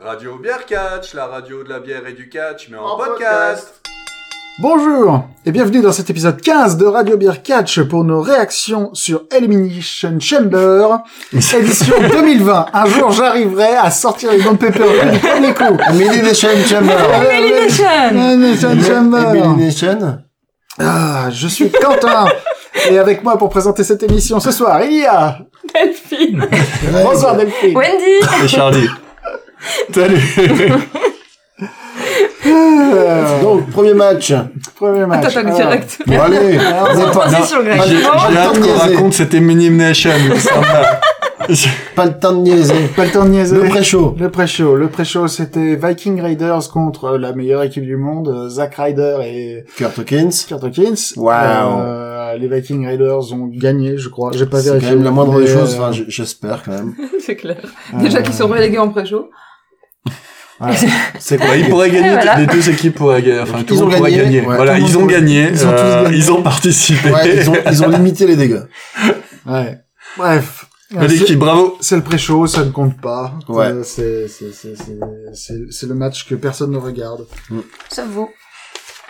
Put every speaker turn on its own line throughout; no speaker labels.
Radio Bière Catch, la radio de la bière et du catch, mais en,
En
podcast.
Bonjour et bienvenue dans cet épisode 15 de Radio Beer Catch pour nos réactions sur Elimination Chamber, édition 2020. Un jour j'arriverai à sortir les noms de Pepper du premier coup.
Elimination
Oh,
Chamber.
Elimination
Elimination Chamber.
Elimination.
Ah, je suis Quentin. Et avec moi pour présenter cette émission ce soir, il y a...
Delphine
Bonsoir Delphine.
Wendy
Et Charlie. Salut.
Euh, donc,
Donc, premier match.
premier match. Ah.
T'attaques
Alors,
direct
Bon, allez.
Alors,
Vous êtes pas,
Transition
j'ai-
gratuite
j'ai hâte qu'on raconte
cette Elimination.
pas le temps de niaiser.
Pas le temps de niaiser.
Le pré-show.
Le pré-show, le pré-show, c'était Viking Raiders contre euh, la meilleure équipe du monde, euh, Zack Ryder et
Kurt Hawkins.
Kurt Hawkins.
Wow.
Euh, les Viking Raiders ont gagné, je crois. J'ai pas
C'est quand
vérifié.
même la moindre
mais,
des choses.
euh,
Enfin, j- j'espère quand même.
C'est clair. Déjà qu'ils sont relégués en pré-show.
Voilà. C'est quoi
bah, ils pourraient gagner,
Et voilà.
les deux équipes pourraient gagner, enfin
Ils
tout le
ont
monde pourrait
gagné,
gagner.
ouais,
voilà,
tout le
ils
monde
ont
pourrait-
gagné,
ils ont tous
euh,
gagné.
ils ont participé.
Ouais, ils ont, ils ont limité les dégâts.
euh, Ouais. Bref.
Belle
Euh, c'est-
équipe, bravo.
C'est le pré-show, ça ne compte pas.
Ouais.
Euh, C'est, c'est, c'est, c'est, c'est- c'est le match que personne ne regarde.
Ça vaut.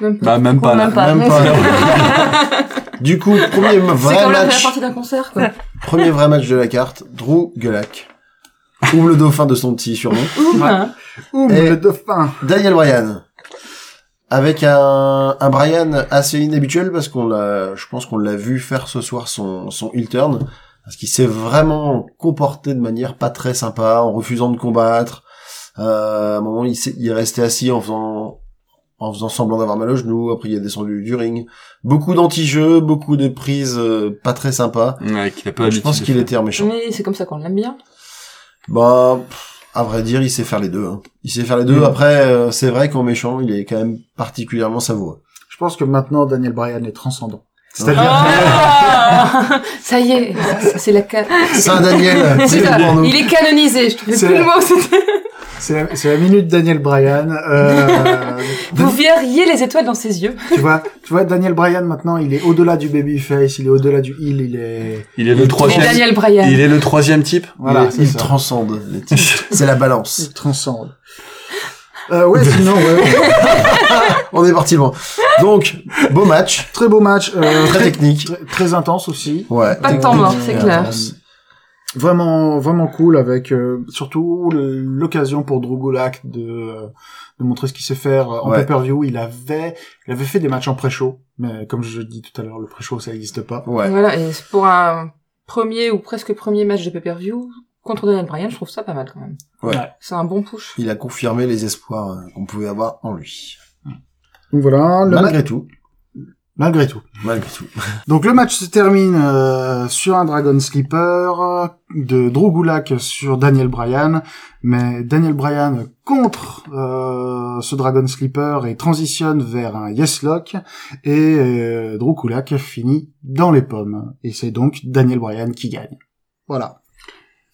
Même
Bah même pas.
Même
là.
pas.
Même
Non,
pas. du coup, premier
C'est
vrai
comme la première
match.
partie d'un concert, quoi.
Premier vrai match de la carte. Drew Gulak. Oum le dauphin de son petit surnom.
Ouh, hein.
Oum,
Et-
le dauphin.
Daniel Bryan. Avec un, un Bryan assez inhabituel parce qu'on l'a, je pense qu'on l'a vu faire ce soir son, son heel turn. Parce qu'il s'est vraiment comporté de manière pas très sympa, en refusant de combattre. Euh, à un moment, il, s'est- il est resté assis en faisant, en faisant semblant d'avoir mal au genou. Après, il est descendu du ring. Beaucoup d'anti-jeux, beaucoup de prises euh, pas très sympas.
Ouais, qu'il a pas
Donc, je
l'habitude
pense
de
qu'il
faire.
était un méchant.
Mais c'est comme ça qu'on l'aime bien.
Bah, pff, à vrai dire, il sait faire les deux. hein. Il sait faire les deux. Après, euh, c'est vrai qu'en méchant, il est quand même particulièrement savoureux.
Je pense que maintenant, Daniel Bryan est transcendant. C'est-à-dire,
Ah ça y est, ça, ça, c'est la ca-
Saint Daniel,
C'est
c'est
ça,
pour nous.
il est canonisé, je trouvais
C'est
plus
la-
le mot. c'était-
c'est, la, c'est la minute Daniel Bryan. Euh,
Vous verriez les étoiles dans ses yeux.
tu vois, tu vois, Daniel Bryan maintenant, il est au-delà du babyface, il est au-delà du heel, il est.
Il est le
Et
troisième.
Daniel Bryan.
Il est le troisième type.
Voilà,
il
c'est
il
ça.
transcende. les types. C'est la balance.
Il transcende. Euh, ouais, sinon, ouais, ouais.
On est parti loin. Donc, beau match,
très beau match, euh,
très
très,
technique.
très- très intense aussi. Euh,
Ouais.
Pas de temps mort, c'est
Très
clair.
intense.
Vraiment, vraiment cool avec euh, surtout le- l'occasion pour Drew Gulak de de montrer ce qu'il sait faire en
Ouais.
pay-per-view. Il avait, il avait fait des matchs en pré-show, mais comme je dis tout à l'heure, le pré-show ça n'existe pas.
Ouais.
Voilà, et c'est pour un premier ou presque premier match de pay-per-view contre Daniel Bryan, je trouve ça pas mal quand même.
Ouais.
C'est un bon push.
Il a confirmé les espoirs euh, qu'on pouvait avoir en lui.
Donc voilà, le ma-
Malgré tout.
malgré tout.
Malgré tout.
Donc le match se termine euh, sur un Dragon Sleeper euh, de Drew Gulak sur Daniel Bryan, mais Daniel Bryan contre euh, ce Dragon Sleeper et transitionne vers un Yes Lock et euh, Drew Gulak finit dans les pommes et c'est donc Daniel Bryan qui gagne. Voilà.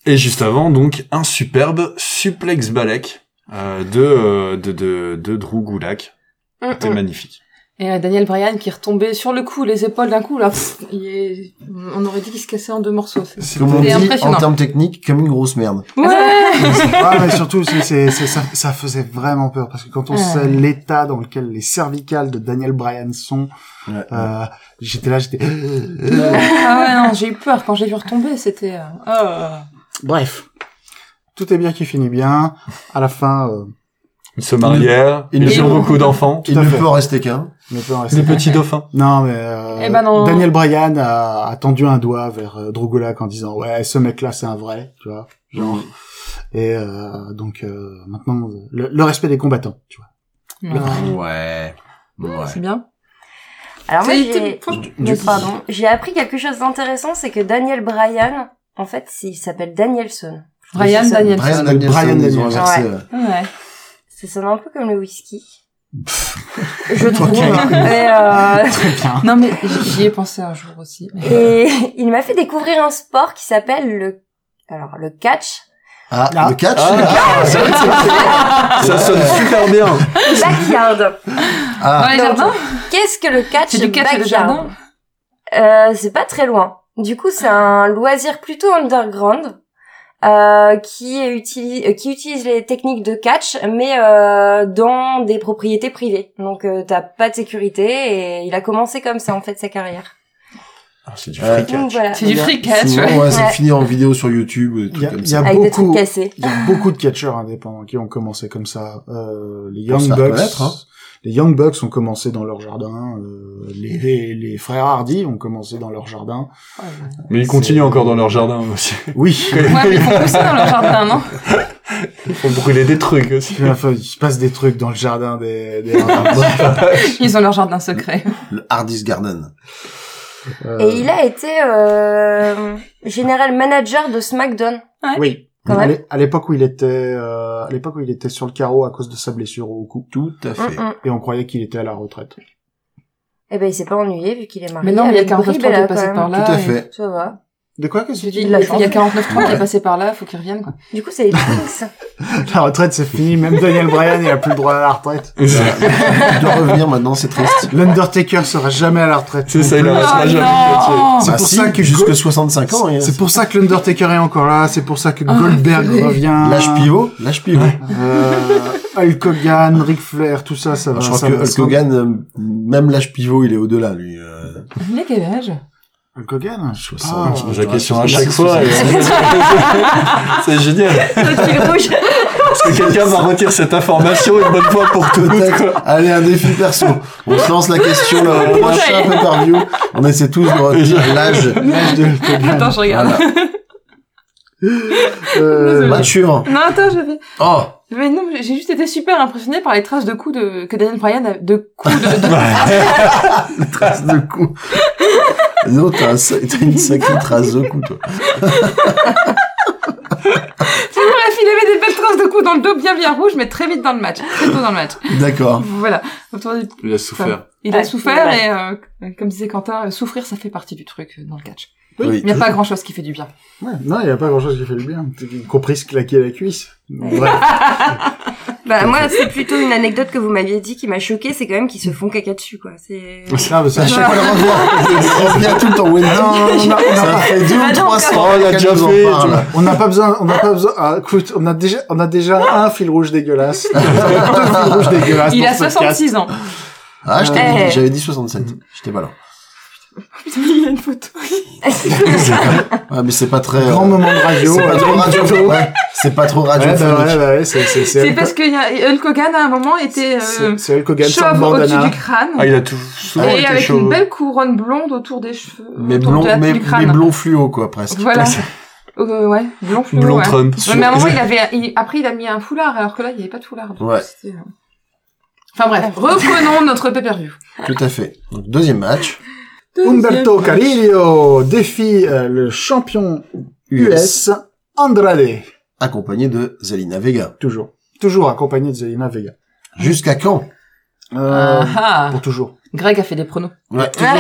Et juste avant, donc, un superbe suplex balek euh, de, euh, de, de, de Drew Gulak.
Mm,
C'était
mm.
magnifique.
Et euh, Daniel Bryan qui est retombé sur le cou, les épaules d'un coup, là, pff, il est- on aurait dit qu'il se cassait en deux morceaux. c'est-
Comme on
C'était
dit en
impressionnant.
termes techniques, comme une grosse merde.
Ouais,
Ah, mais surtout, c'est, c'est, c'est- ça, ça faisait vraiment peur parce que quand on
Ouais.
sait l'état dans lequel les cervicales de Daniel Bryan sont,
Ouais.
euh, j'étais là, j'étais.
ah ouais, non, j'ai eu peur quand j'ai vu retomber, c'était... euh, ah.
Bref. Tout est bien qui finit bien. À la fin, euh,
Ils se marièrent,
Ils ne-
ils ont beaucoup d'enfants.
Il
à
ne
fait.
peut en rester qu'un.
ne peut en rester.
Des petits dauphins.
Non, mais euh,
Eh ben non.
Daniel Bryan a, a tendu un doigt vers euh, Drew Gulak en disant ouais, ce mec-là, c'est un vrai, tu vois.
Mm.
Genre. Et euh, donc euh, maintenant, euh, le, le respect des combattants, tu vois.
Ouais,
Ouais. Ouais.
C'est bien.
Alors moi,
C'est- t'es-
j'ai...
franchement,
Du
vas-y.
coup-
Pardon. J'ai appris quelque chose d'intéressant, c'est que Daniel Bryan, en fait, c'est- il s'appelle Danielson.
Bryan Daniel.
Brian
Danielson,
Danielson,
Brian
ils ont
Danielson.
inversé,
Ouais.
euh,
Ouais.
Ça sonne un peu comme le whisky. Je trouve.
Ok.
Mais, euh,
Non mais j'y ai pensé un jour aussi. mais-
Et il m'a fait découvrir un sport qui s'appelle le Alors, le catch.
Ah,
Ah.
le catch
Ah.
Ah, c'est vrai que c'est-
Ça sonne super bien.
Backyard.
Ah,
Dans les
Non,
jardins
Qu'est-ce que le catch
C'est du catch et le
backyard
jardin
Euh, c'est pas très loin. Du coup, c'est un loisir plutôt underground euh, qui, est utili- euh, qui utilise les techniques de catch, mais euh, dans des propriétés privées. Donc, euh, t'as pas de sécurité et il a commencé comme ça en fait sa carrière.
Ah, c'est du
Ouais.
free
Donc
catch.
voilà,
C'est du hein, free catch,
souvent,
ouais.
ouais, c'est
Ouais.
fini en vidéo sur YouTube, des
Il y
trucs
a,
comme
il y a
ça.
avec des trucs
beaucoup,
cassés.
il y a beaucoup de catcheurs indépendants qui ont commencé comme ça. Euh, les
Pour se
Young
faire
Bucks,
connaître, hein.
les Young Bucks ont commencé dans leur jardin. euh, les, les, les frères Hardy ont commencé dans leur jardin.
Mais ils
C'est-
continuent encore dans leur jardin aussi.
Oui.
Ouais, mais ils font pousser dans le jardin, non
Ils font brûler des trucs aussi.
Enfin, il se passe des trucs dans le jardin des, des Hardy.
Ils ont leur jardin secret.
Le Hardy's Garden.
Euh,
Et il a été euh, général manager de SmackDown.
Oui.
Quand
à
même.
l'é- à l'époque où il était, euh, à l'époque où il était sur le carreau à cause de sa blessure au cou,
Tout à fait.
Mm, mm.
et on croyait qu'il était à la retraite.
Eh ben, il s'est pas ennuyé vu qu'il est marié.
Mais non, mais il y a
avec
49
Brie
qui
Bella,
est passé
quand
par
même.
là.
Tout
et-
à fait.
Ça va.
De quoi qu'est-ce
Je
que
dis,
tu
Il
dis
y a
La
49 3 qui est passé par là, faut qu'il revienne, quoi.
Du coup, c'est les Jinx.
La retraite, c'est fini. Même Daniel Bryan, il a plus le droit à la retraite.
C'est
Il doit revenir maintenant, c'est triste.
Ah, L'Undertaker sera jamais à la retraite.
ça,
Ah,
il en restera
Oh
jamais
non
C'est
Bah
pour
si,
ça que
jusque
Go-
65 ans. hein. il-
C'est pour ça que l'Undertaker est encore là. C'est pour ça que
Ah.
Goldberg
purée.
revient.
L'âge pivot, l'âge pivot.
Euh, Hulk Hogan, Ric Flair, tout ça, ça va.
Ah, je crois
Ah, ça
que
va,
Hulk
ça-
Hogan, euh, même l'âge pivot, il est au-delà, lui. euh,
Il a quel âge
Hulk Hogan, Ah. je sais pas.
soixante.
la question à chaque fois. et- euh, C'est génial.
L'autre fil rouge.
Parce que quelqu'un va retirer cette information une bonne fois pour toutes.
Peut-être. Allez, un défi perso. On se lance la question là, au prochain interview. On essaie tous de retenir l'âge.
L'âge de Hulk Hogan.
Attends, je regarde.
Voilà.
Euh,
Match suivant.
Non, attends, je vais...
Oh,
Mais non, mais j'ai juste été super impressionnée par les traces de coups de... que Daniel Bryan a... de coups de... de-
trace de coup. Non, t'as un sa- t'as une sacrée trace de coup, toi.
Bref, il avait des belles traces de coups dans le dos bien bien rouge, mais très vite dans le match. Très tôt dans le match.
D'accord.
Voilà. Autour du-
Il a
enfin, il a
Ouais,
souffert
ouais.
et, euh, comme disait Quentin, euh, souffrir, ça fait partie du truc euh, dans le catch.
Oui,
Il n'y a pas grand chose qui fait du bien.
ouais. Non, il n'y a pas grand chose qui fait le bien. Y compris se claquer la cuisse. Bref.
Bah moi c'est plutôt une anecdote que vous m'aviez dit qui m'a choquée, c'est quand même qu'ils se font caca dessus quoi. C'est
Ça, mais ça,
À chaque fois, il revient. Il revient tout le temps. Ouais, non, non, non, non, ça fait deux ou trois
Oh,
semaines
il a
qu'elle
déjà
nous en
fait,
parle.
tu
On n'a pas besoin, on n'a pas besoin. Ah, écoute, on a déjà, on a déjà un fil rouge dégueulasse. Deux fils rouges dégueulasses.
Il
Ah, dans
a
ce podcast.
66 ans.
Ah, je t'avais
Eh.
Ouais.
dit, j'avais dit 67. J'étais pas là.
Putain, il y a une photo.
Ah, mais c'est pas très.
Grand
euh,
moment de radio.
C'est pas
euh,
trop radio. Ouais, c'est pas trop radio.
Ouais, bah, ouais, bah, ouais, c'est, c'est, c'est,
C'est
Hulk-
parce que y a- Hulk Hogan, à un moment, était euh,
c'est, c'est Hulk Hogan sans
chauve au-dessus
bandana.
du crâne.
Ah, il a tout
Ah,
souvent
et
été
avec
chaud.
une belle couronne blonde autour des cheveux.
mais
autour
blond,
de la-
mais,
du crâne.
mais blond fluo, quoi, presque.
Voilà. Euh, ouais, blond fluo.
Blond
ouais.
Trump.
Ouais, mais à un moment, il avait, il- après, il a mis un foulard, alors que là, il n'y avait pas de foulard. Donc,
Ouais.
c'était, euh, Enfin bref, reprenons notre pay-per-view.
Tout à fait. Donc, deuxième match.
Umberto Carrillo défie euh, le champion US Andrade.
Accompagné de Zelina Vega.
Toujours. Toujours accompagné de Zelina Vega.
Jusqu'à quand?
Euh,
Ah, ah.
Pour toujours.
Greg a fait des pronos.
Ouais.
Toujours.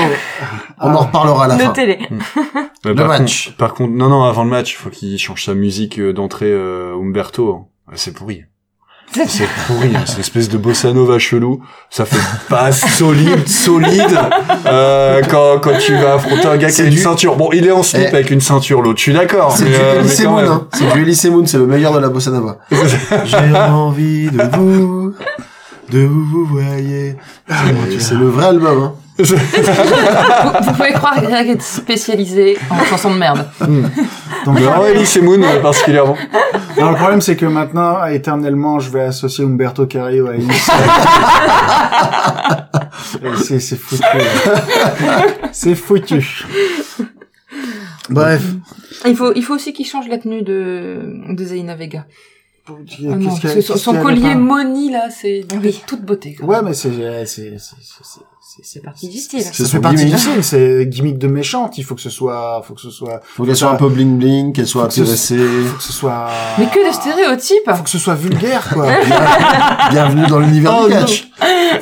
On en reparlera à la fin.
Notez-les.
Mais
Le
par
match.
contre- par contre, non, non, avant le match, faut qu'il change sa musique euh, d'entrée euh, Umberto. hein. C'est pourri. C'est pourri, hein. c'est une espèce de bossa nova chelou. Ça fait pas solide, solide. Euh, quand, quand tu vas affronter un gars qui
C'est
a une
du-
ceinture. Bon, il est en slip
Eh.
avec une ceinture l'autre. Je suis
Oh,
d'accord.
C'est
mais,
du
euh, mais
Elise
quand
Moon,
même.
hein. C'est du Elise Moon, c'est le meilleur de la bossa nova. J'ai envie de vous, de vous, vous voyez.
Ah,
C'est c'est le vrai album, hein.
Vous pouvez croire que Greg est spécialisé en chansons de merde. Ah.
Donc,
Mais ouais, Elise Moon euh, particulièrement.
Non, le problème, c'est que maintenant, éternellement, je vais associer Umberto Carrillo à Alice. Et c'est, c'est foutu. là. C'est foutu. Bref.
Il faut, il faut aussi qu'il change la tenue de, de Zaina Vega.
Qu'est-ce
Ah non,
qu'il y a-
parce que
qu'est-ce
son,
qu'il y
son
a
collier
là-bas
Moni, là, c'est de
Oui.
toute beauté. quoi.
Ouais, mais c'est, c'est, c'est, c'est, c'est, c'est-
partie du style.
C'est
Ça
son
fait partie
gimmick.
du style, c'est gimmick de méchante. Il faut que ce soit, faut que ce soit,
Faut qu'elle soit un peu bling bling, qu'elle soit
Faut que ce-
intéressée.
faut que ce soit. Ah,
Mais que de stéréotypes
Faut que ce soit vulgaire, quoi.
Bienvenue dans l'univers
Oh
du
non.
catch.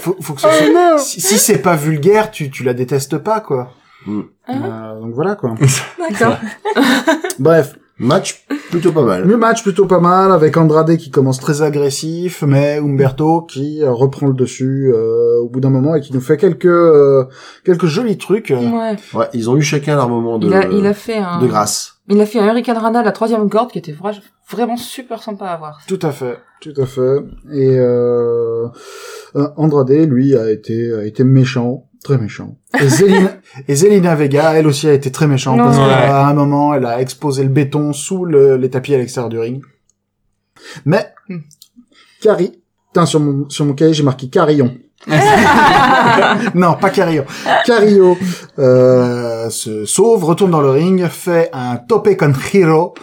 faut, faut que
Oh
ce soit- Si, si c'est pas vulgaire, tu, tu la détestes pas, quoi.
Hein
Mm.
Euh, donc voilà, quoi.
D'accord.
Bref.
Match plutôt pas mal.
Le match plutôt pas mal avec Andrade qui commence très agressif, mais Umberto qui euh, reprend le dessus euh, au bout d'un moment et qui nous fait quelques euh, quelques jolis trucs. euh,
Ouais.
Ouais, ils ont eu chacun leur moment de,
Il a, il a fait un,
de grâce.
il a fait un Hurricane Rana à la troisième corde qui était vra- vraiment super sympa à voir.
Tout à fait, tout à fait. Et euh, euh, Andrade, lui, a été a été méchant, très méchant. Et Zelina, et Zelina Vega, elle aussi a été très méchante parce
Ouais.
qu'à un moment, elle a exposé le béton sous le- les tapis à l'extérieur du ring. Mais
Hmm.
Carrie, putain, sur mon sur mon cahier, j'ai marqué Carillon. non, pas Carillon. Carillon euh, se sauve, retourne dans le ring, fait un tope con Hiro.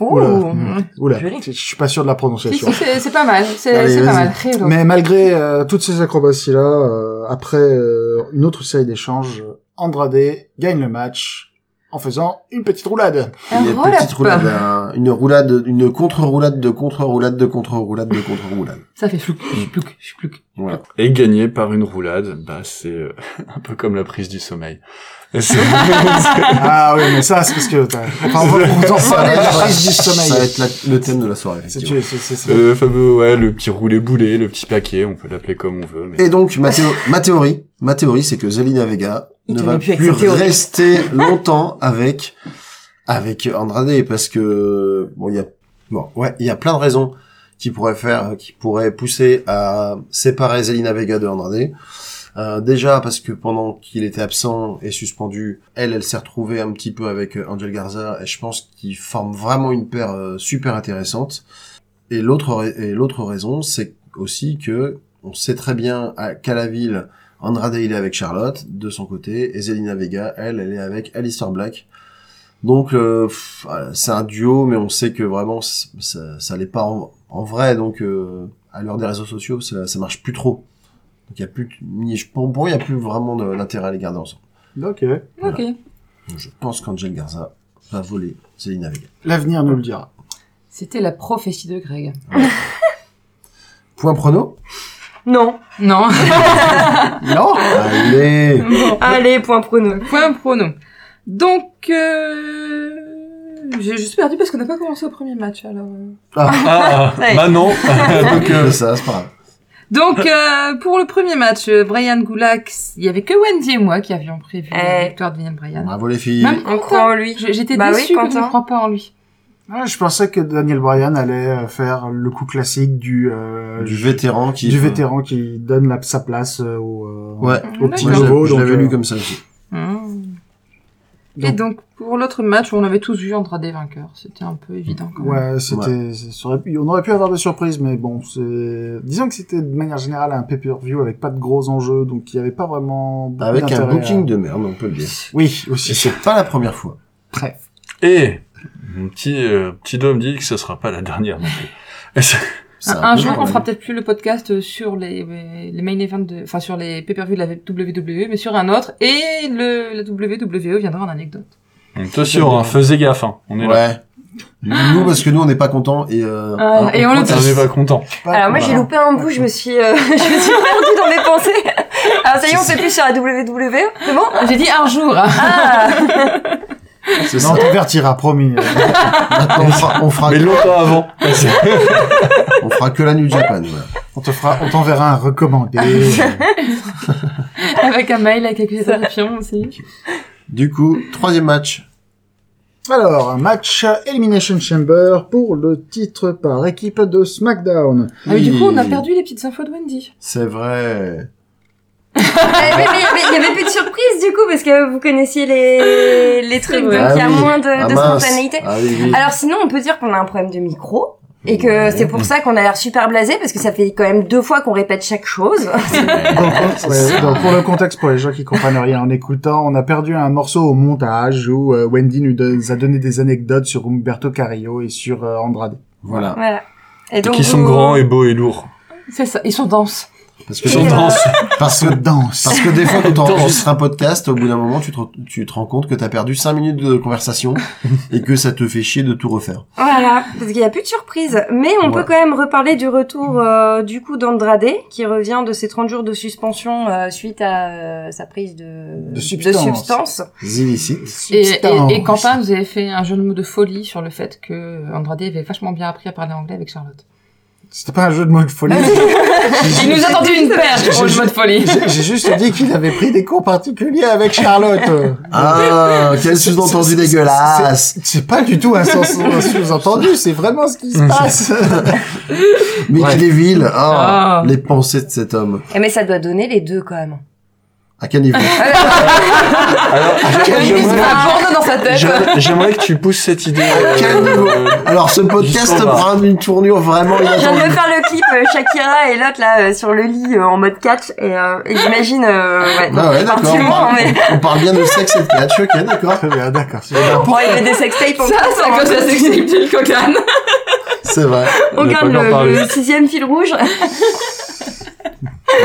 Oula.
Mmh.
Oula,
Joli.
je suis pas sûr de la
Si,
prononciation.
si, c'est c'est pas mal. C'est
Allez,
c'est pas
vas-y.
mal. Très long.
Mais malgré euh, toutes ces acrobaties-là, euh, après euh, une autre série d'échanges, Andrade gagne le match en faisant une petite roulade.
Un
Une
roll-up.
petite roulade, un- une roulade, une contre-roulade de contre-roulade de contre-roulade de contre-roulade.
Ça fait flouk, flouk, flouk.
Voilà.
Et gagner par une roulade, bah c'est euh, un peu comme la prise du sommeil. Et c'est-
ah oui, mais ça, c'est parce que... t'as- Enfin, on va vous en parler de la crise du sommeil.
Ça va être la- le thème de la soirée.
C'est-
effectivement.
c'est- c'est- c'est-
Euh, le fameux, ouais, le petit roulé boulet, le petit paquet, on peut l'appeler comme on veut. Mais...
Et donc, ma, théo- ma théorie, ma théorie, c'est que Zelina Vega
Il
ne
tourne
va
plus
plus,
avec sa théorie.
rester longtemps avec avec Andrade parce que bon, il y a bon, ouais, il y a plein de raisons qui pourraient faire, qui pourraient pousser à séparer Zelina Vega de Andrade. Euh, déjà parce que pendant qu'il était absent et suspendu, elle, elle s'est retrouvée un petit peu avec euh, Angel Garza et je pense qu'ils forment vraiment une paire euh, super intéressante. Et l'autre ra- et l'autre raison, c'est aussi que on sait très bien à- qu'à la ville, Andrade il est avec Charlotte de son côté et Zelina Vega, elle, elle est avec Alistair Black. Donc euh, pff, euh, c'est un duo, mais on sait que vraiment c- ça, ça l'est pas en, en vrai. Donc euh, à l'heure des réseaux sociaux, ça, ça marche plus trop. Donc il y a plus, de- ni- je- pour pour moi, il y a plus vraiment de- d'intérêt à les garder ensemble.
Ok.
Ok.
Donc, je pense qu'Angel Garza va voler Zelina Vega.
L'avenir nous le dira.
C'était la prophétie de Greg.
Point prono.
Non.
Non.
Non. Allez.
Bon.
Allez, point prono.
Point pronom. Donc, euh... j'ai juste perdu parce qu'on n'a pas commencé au premier match. Alors. euh.
Ah,
Ouais.
bah non
Donc euh, ça, c'est pas grave.
Donc, euh, pour le premier match, euh, Brian Goulak, il y avait que Wendy et moi qui avions prévu la
Eh.
victoire de Daniel Bryan.
Bravo les filles.
Même Quentin,
On croit en lui.
je- J'étais
Bah oui,
déçue que je ne
Quentin.
crois pas en lui.
Ah, je pensais que Daniel Bryan allait euh, faire le coup classique du... euh,
Du vétéran qui.
du vétéran qui donne la- sa place euh, au, euh,
Ouais.
au petit
Moi,
D'accord.
nouveau.
je je
donc,
l'avais
euh,
lu comme ça aussi.
Mmh. Et donc, pour l'autre match, on avait tous vu Andrade vainqueur. C'était un peu évident quand même.
Ouais, c'était, ça aurait pu- on aurait pu avoir des surprises, mais bon, c'est, disons que c'était de manière générale un pay-per-view avec pas de gros enjeux, donc il y avait pas vraiment. beaucoup
Avec un
d'intérêt à-
booking de merde, on peut le dire.
Oui,
Et
aussi.
c'est pas la première fois.
Bref.
Et mon petit, euh, petit doigt me dit que ce sera pas la dernière non plus. Et c'est-
C'est
Un, un
peu
jour, on
normal.
fera peut-être plus le podcast sur les, les main events, de, enfin sur les pay-per-view de la WWE, mais sur un autre. Et le, la WWE viendra en anecdote.
Attention, hein, faisais gaffe, hein, on est là.
Ouais. Nous, parce que nous, on n'est pas contents et. euh,
Ah, et on le
On n'est pas content.
Alors moi j'ai
Voilà.
loupé un bout, je me suis, euh, je me suis perdue dans mes pensées. Alors ça y est, on fait plus sur la WWE, c'est bon
J'ai dit un jour. hein,
Ah
C'est
Non,
ça.
on t'avertira, promis.
Maintenant, on fera, on fera,
Mais longtemps avant.
on fera que la New Japan. Voilà.
on te fera, on t'enverra un recommandé.
Avec un mail, avec quelques descriptions aussi.
Du coup, troisième match.
Alors, un match Elimination Chamber pour le titre par équipe de SmackDown.
Ah, mais du coup, on a perdu Euh, les petites infos de Wendy.
C'est vrai.
mais, mais- mais il y avait plus de surprise du coup parce que vous connaissiez les, les trucs, donc
vrai.
il
Ah
y a
oui.
moins de,
Ah
de
mince.
spontanéité.
Ah oui, oui.
Alors sinon on peut dire qu'on a un problème de micro et que
Ouais.
c'est pour ça qu'on a l'air super blasé parce que ça fait quand même deux fois qu'on répète chaque chose.
Donc, on- ouais, donc, pour le contexte, pour les gens qui comprennent rien en écoutant, on a perdu un morceau au montage où euh, Wendy nous, don- nous a donné des anecdotes sur Humberto Carrillo et sur euh, Andrade.
Voilà.
Voilà. Et
Qui sont
vous-
grands et beaux et lourds.
C'est ça. Ils sont denses.
Parce que,
Et,
J'en danse.
parce que,
Je danse.
parce que des fois, quand t'enregistres un podcast, au bout d'un moment, tu te, tu te rends compte que t'as perdu 5 minutes de conversation et que ça te fait chier de tout refaire.
Voilà, parce qu'il n'y a plus de surprise. Mais on
Voilà.
peut quand même reparler du retour euh, du coup d'Andrade, qui revient de ses 30 jours de suspension euh, suite à euh, sa prise de,
De substance.
substance.
Illicite.
Et,
Substance.
et, et Quentin nous avait fait un jeu de mots de folie sur le fait que Andrade avait vachement bien appris à parler anglais avec Charlotte.
C'était pas un jeu de mots de folie.
Il nous a tendu une perche sur le mot de folie.
J'ai j'ai juste dit qu'il avait pris des cours particuliers avec Charlotte.
Ah, quel sous-entendu dégueulasse.
C'est- C'est pas du tout un sens- un sous-entendu, c'est vraiment ce qui se passe.
Mais
Ouais.
qu'il est vil.
Ah.
Ah, les pensées de cet homme.
Eh, mais ça doit donner les deux quand même.
À quel niveau
Alors,
Il
j'aimerais-
se met un porno Ah, dans sa tête.
j'aimerais- j'aimerais que tu pousses cette idée. euh,
Quel niveau Alors, ce podcast
Jusqu'en bas.
prend une tournure vraiment
Je viens de me
inattendue.
faire le clip euh, Shakira et l'autre là euh, sur le lit euh, en mode catch et, euh, et j'imagine euh, ouais,
Bah.
Ah ouais, d'accord.
Parti
On,
loin,
parle-
mais-
on parle bien de sexe et de catch, ok, d'accord.
Très bien, d'accord. c'est-
bon, il fait des sextapes en
Ça,
plus,
ça
hein.
cause la sexualité le cocan.
C'est vrai.
On
On n'a
garde
pas encore
le,
parlé.
le sixième fil rouge.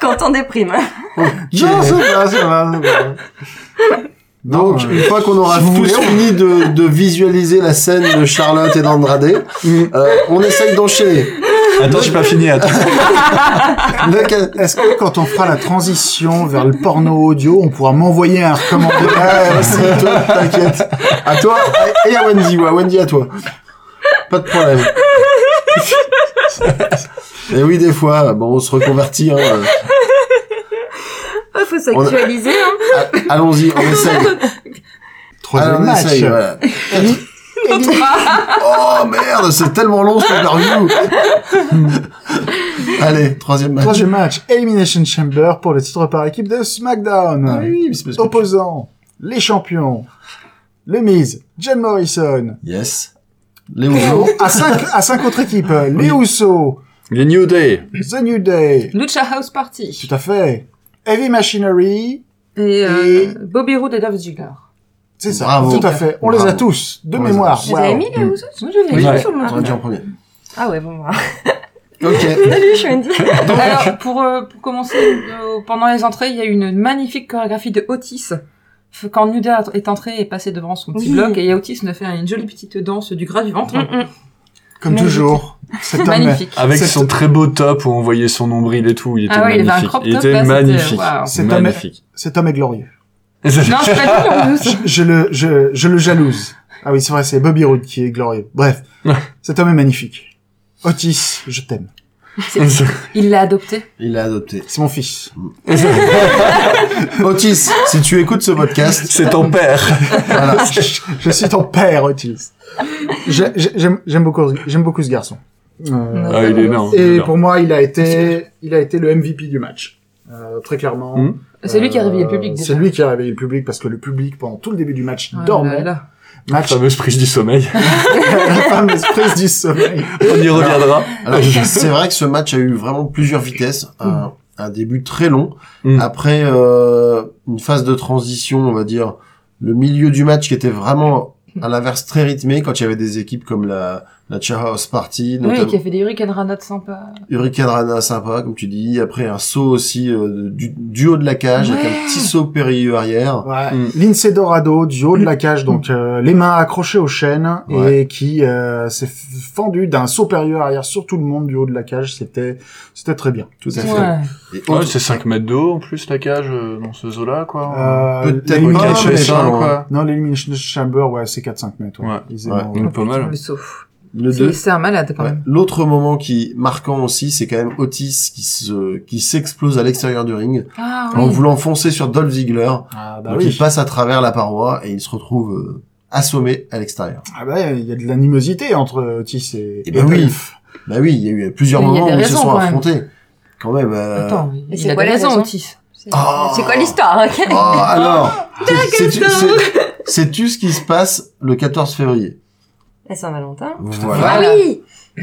Quand on déprime. hein.
Non, c'est pas, c'est pas, c'est pas.
Donc,
Non, euh,
une fois qu'on aura
si vous
tous
voulez, on-
fini de, de visualiser la scène de Charlotte et d'Andrade,
Mm.
euh, on essaye d'enchaîner.
Attends, j'ai pas fini. Attends.
Ah.
Le ca-
Est-ce que quand on fera la transition vers le porno audio, on pourra m'envoyer un recommandé
Ah, ouais, c'est toi, t'inquiète. À toi et à Wendy, ouais, Wendy à toi. Pas de problème. Et oui, des fois, bon, on se reconvertit. Hein. euh,
Ah, faut s'actualiser. Hein.
a- ah, Allons-y, on essaye. Allez,
Troisième
on
match.
essaye, voilà. Oh merde, c'est tellement long cette interview. Allez, troisième match.
Troisième match, Elimination Chamber pour le titre par équipe de SmackDown.
Ah Oui, mais c'est
Oh.
parce que-
Opposants, les champions, le Miz, John Morrison,
Yes. Les bonjours.
à cinq, à cinq autres équipes, les Usos,
Les New Day.
The New Day,
Lucha House
tout
Party.
à fait, Heavy Machinery,
Et euh, Bobby Roode et Dolph Ziggler.
c'est ça,
Bravo.
tout à fait, on
Bravo.
les a tous, de
On les a
mémoire.
tous.
Je
Wow.
les avais mis les Ousos
Moi, je l'ai
Oui,
vu
ouais.
sur le
On a dit en
marché.
premier.
Ah ouais, bon. voilà.
Ok.
Salut, je suis Wendy.
Alors, pour, euh, pour commencer, euh, pendant les entrées, il y a eu une magnifique chorégraphie de Otis. F- Quand New Day est entré et passé devant son petit
Oui.
bloc, et Otis nous a fait une jolie petite danse du gras du ventre.
Mm,
Comme
Magnifique.
toujours, cet homme est-
Magnifique.
Avec
Cette-
son très beau top où on voyait son nombril et tout. Il était
Ah ouais, il avait un
magnifique.
crop
il
top,
était
là, c'était-
magnifique.
waouh.
C'est un-
magnifique.
cet homme est glorieux.
Non, c'est pas lui, en
je,
plus.
je le, je, je le jalouse. Ah oui, c'est vrai, c'est Bobby Roode qui est glorieux. Bref,
Ouais.
cet homme est magnifique. Otis, je t'aime.
Il l'a adopté.
Il a adopté.
C'est mon fils.
Otis, si tu écoutes ce podcast,
C'est ton père.
voilà.
je suis ton père, Otis. Je- je- J'aime j'aime beaucoup, j'aime beaucoup ce garçon. Euh,
Ah, il est énorme. il est
et
énorme.
pour moi, il a été, il a été le MVP du match. Euh, très clairement.
Mhm.
C'est lui qui a
Euh,
réveillé le public.
C'est
déjà.
lui qui a réveillé le public parce que le public, pendant tout le début du match,
Ah
dormait.
là là.
La
Match,
fameuse prise du sommeil.
la fameuse prise du sommeil.
On y reviendra.
Alors, c'est vrai que ce match a eu vraiment plusieurs vitesses.
Mm.
Un, un début très long.
Mm.
Après, euh, une phase de transition, on va dire, le milieu du match qui était vraiment à l'inverse très rythmé quand il y avait des équipes comme la, la Chair House Party,
Oui,
notamment
qui a fait des hurricanes ranottes sympas.
Hurricane Rana sympa, comme tu dis. Après, un saut aussi euh, du, du haut de la cage avec un
Ouais.
petit saut périlleux arrière.
Ouais.
Mm.
Lindsay Dorado du haut de la cage, donc
Hmm.
euh, les mains accrochées aux chaînes
Ouais.
et qui euh, s'est f- fendue d'un saut périlleux arrière sur tout le monde du haut de la cage. C'était c'était très bien.
Tout à fait.
Ouais.
Et
Ah, Ouais,
autre-
c'est 5 mètres de haut en plus la cage euh, dans ce zoo-là quoi.
Euh,
Peut-être
les-
Une
pas,
non,
cage
mais
les-
F1,
ça,
quoi.
non, l'Elimination Chamber, ouais, c'est 4-5 mètres. Ouais.
Ouais.
Ils
hein. Ouais.
aiment-
Donc pas mal.
Le sauf.
le hein. deux-
C'est c'est un malade quand
Ouais.
même.
L'autre moment qui marquant aussi, c'est quand même Otis qui se qui s'explose à l'extérieur du ring
Ah
en
oui.
voulant foncer sur Dolph Ziggler.
Ah bah
donc
oui.
il passe à travers la paroi et il se retrouve euh, assommé à l'extérieur.
Ah bah il y a de l'animosité entre Otis et,
Eh ben oui.
Dolph.
Bah oui, il y a eu plusieurs
Mais il y a
moments où
des
ils se
raisons,
sont
quand même.
affrontés. Quand même. euh,
Attends,
Et
il
c'est
a
quoi
des
la
raisons,
raison
Otis.
C'est
Oh.
c'est quoi l'histoire hein, ok
Oh alors. sais-
quelle
sais-tu-
dingue.
sais- Sais-tu ce qui se passe le 14 février
La Saint-Valentin.
Voilà.
Ah
Voilà.
oui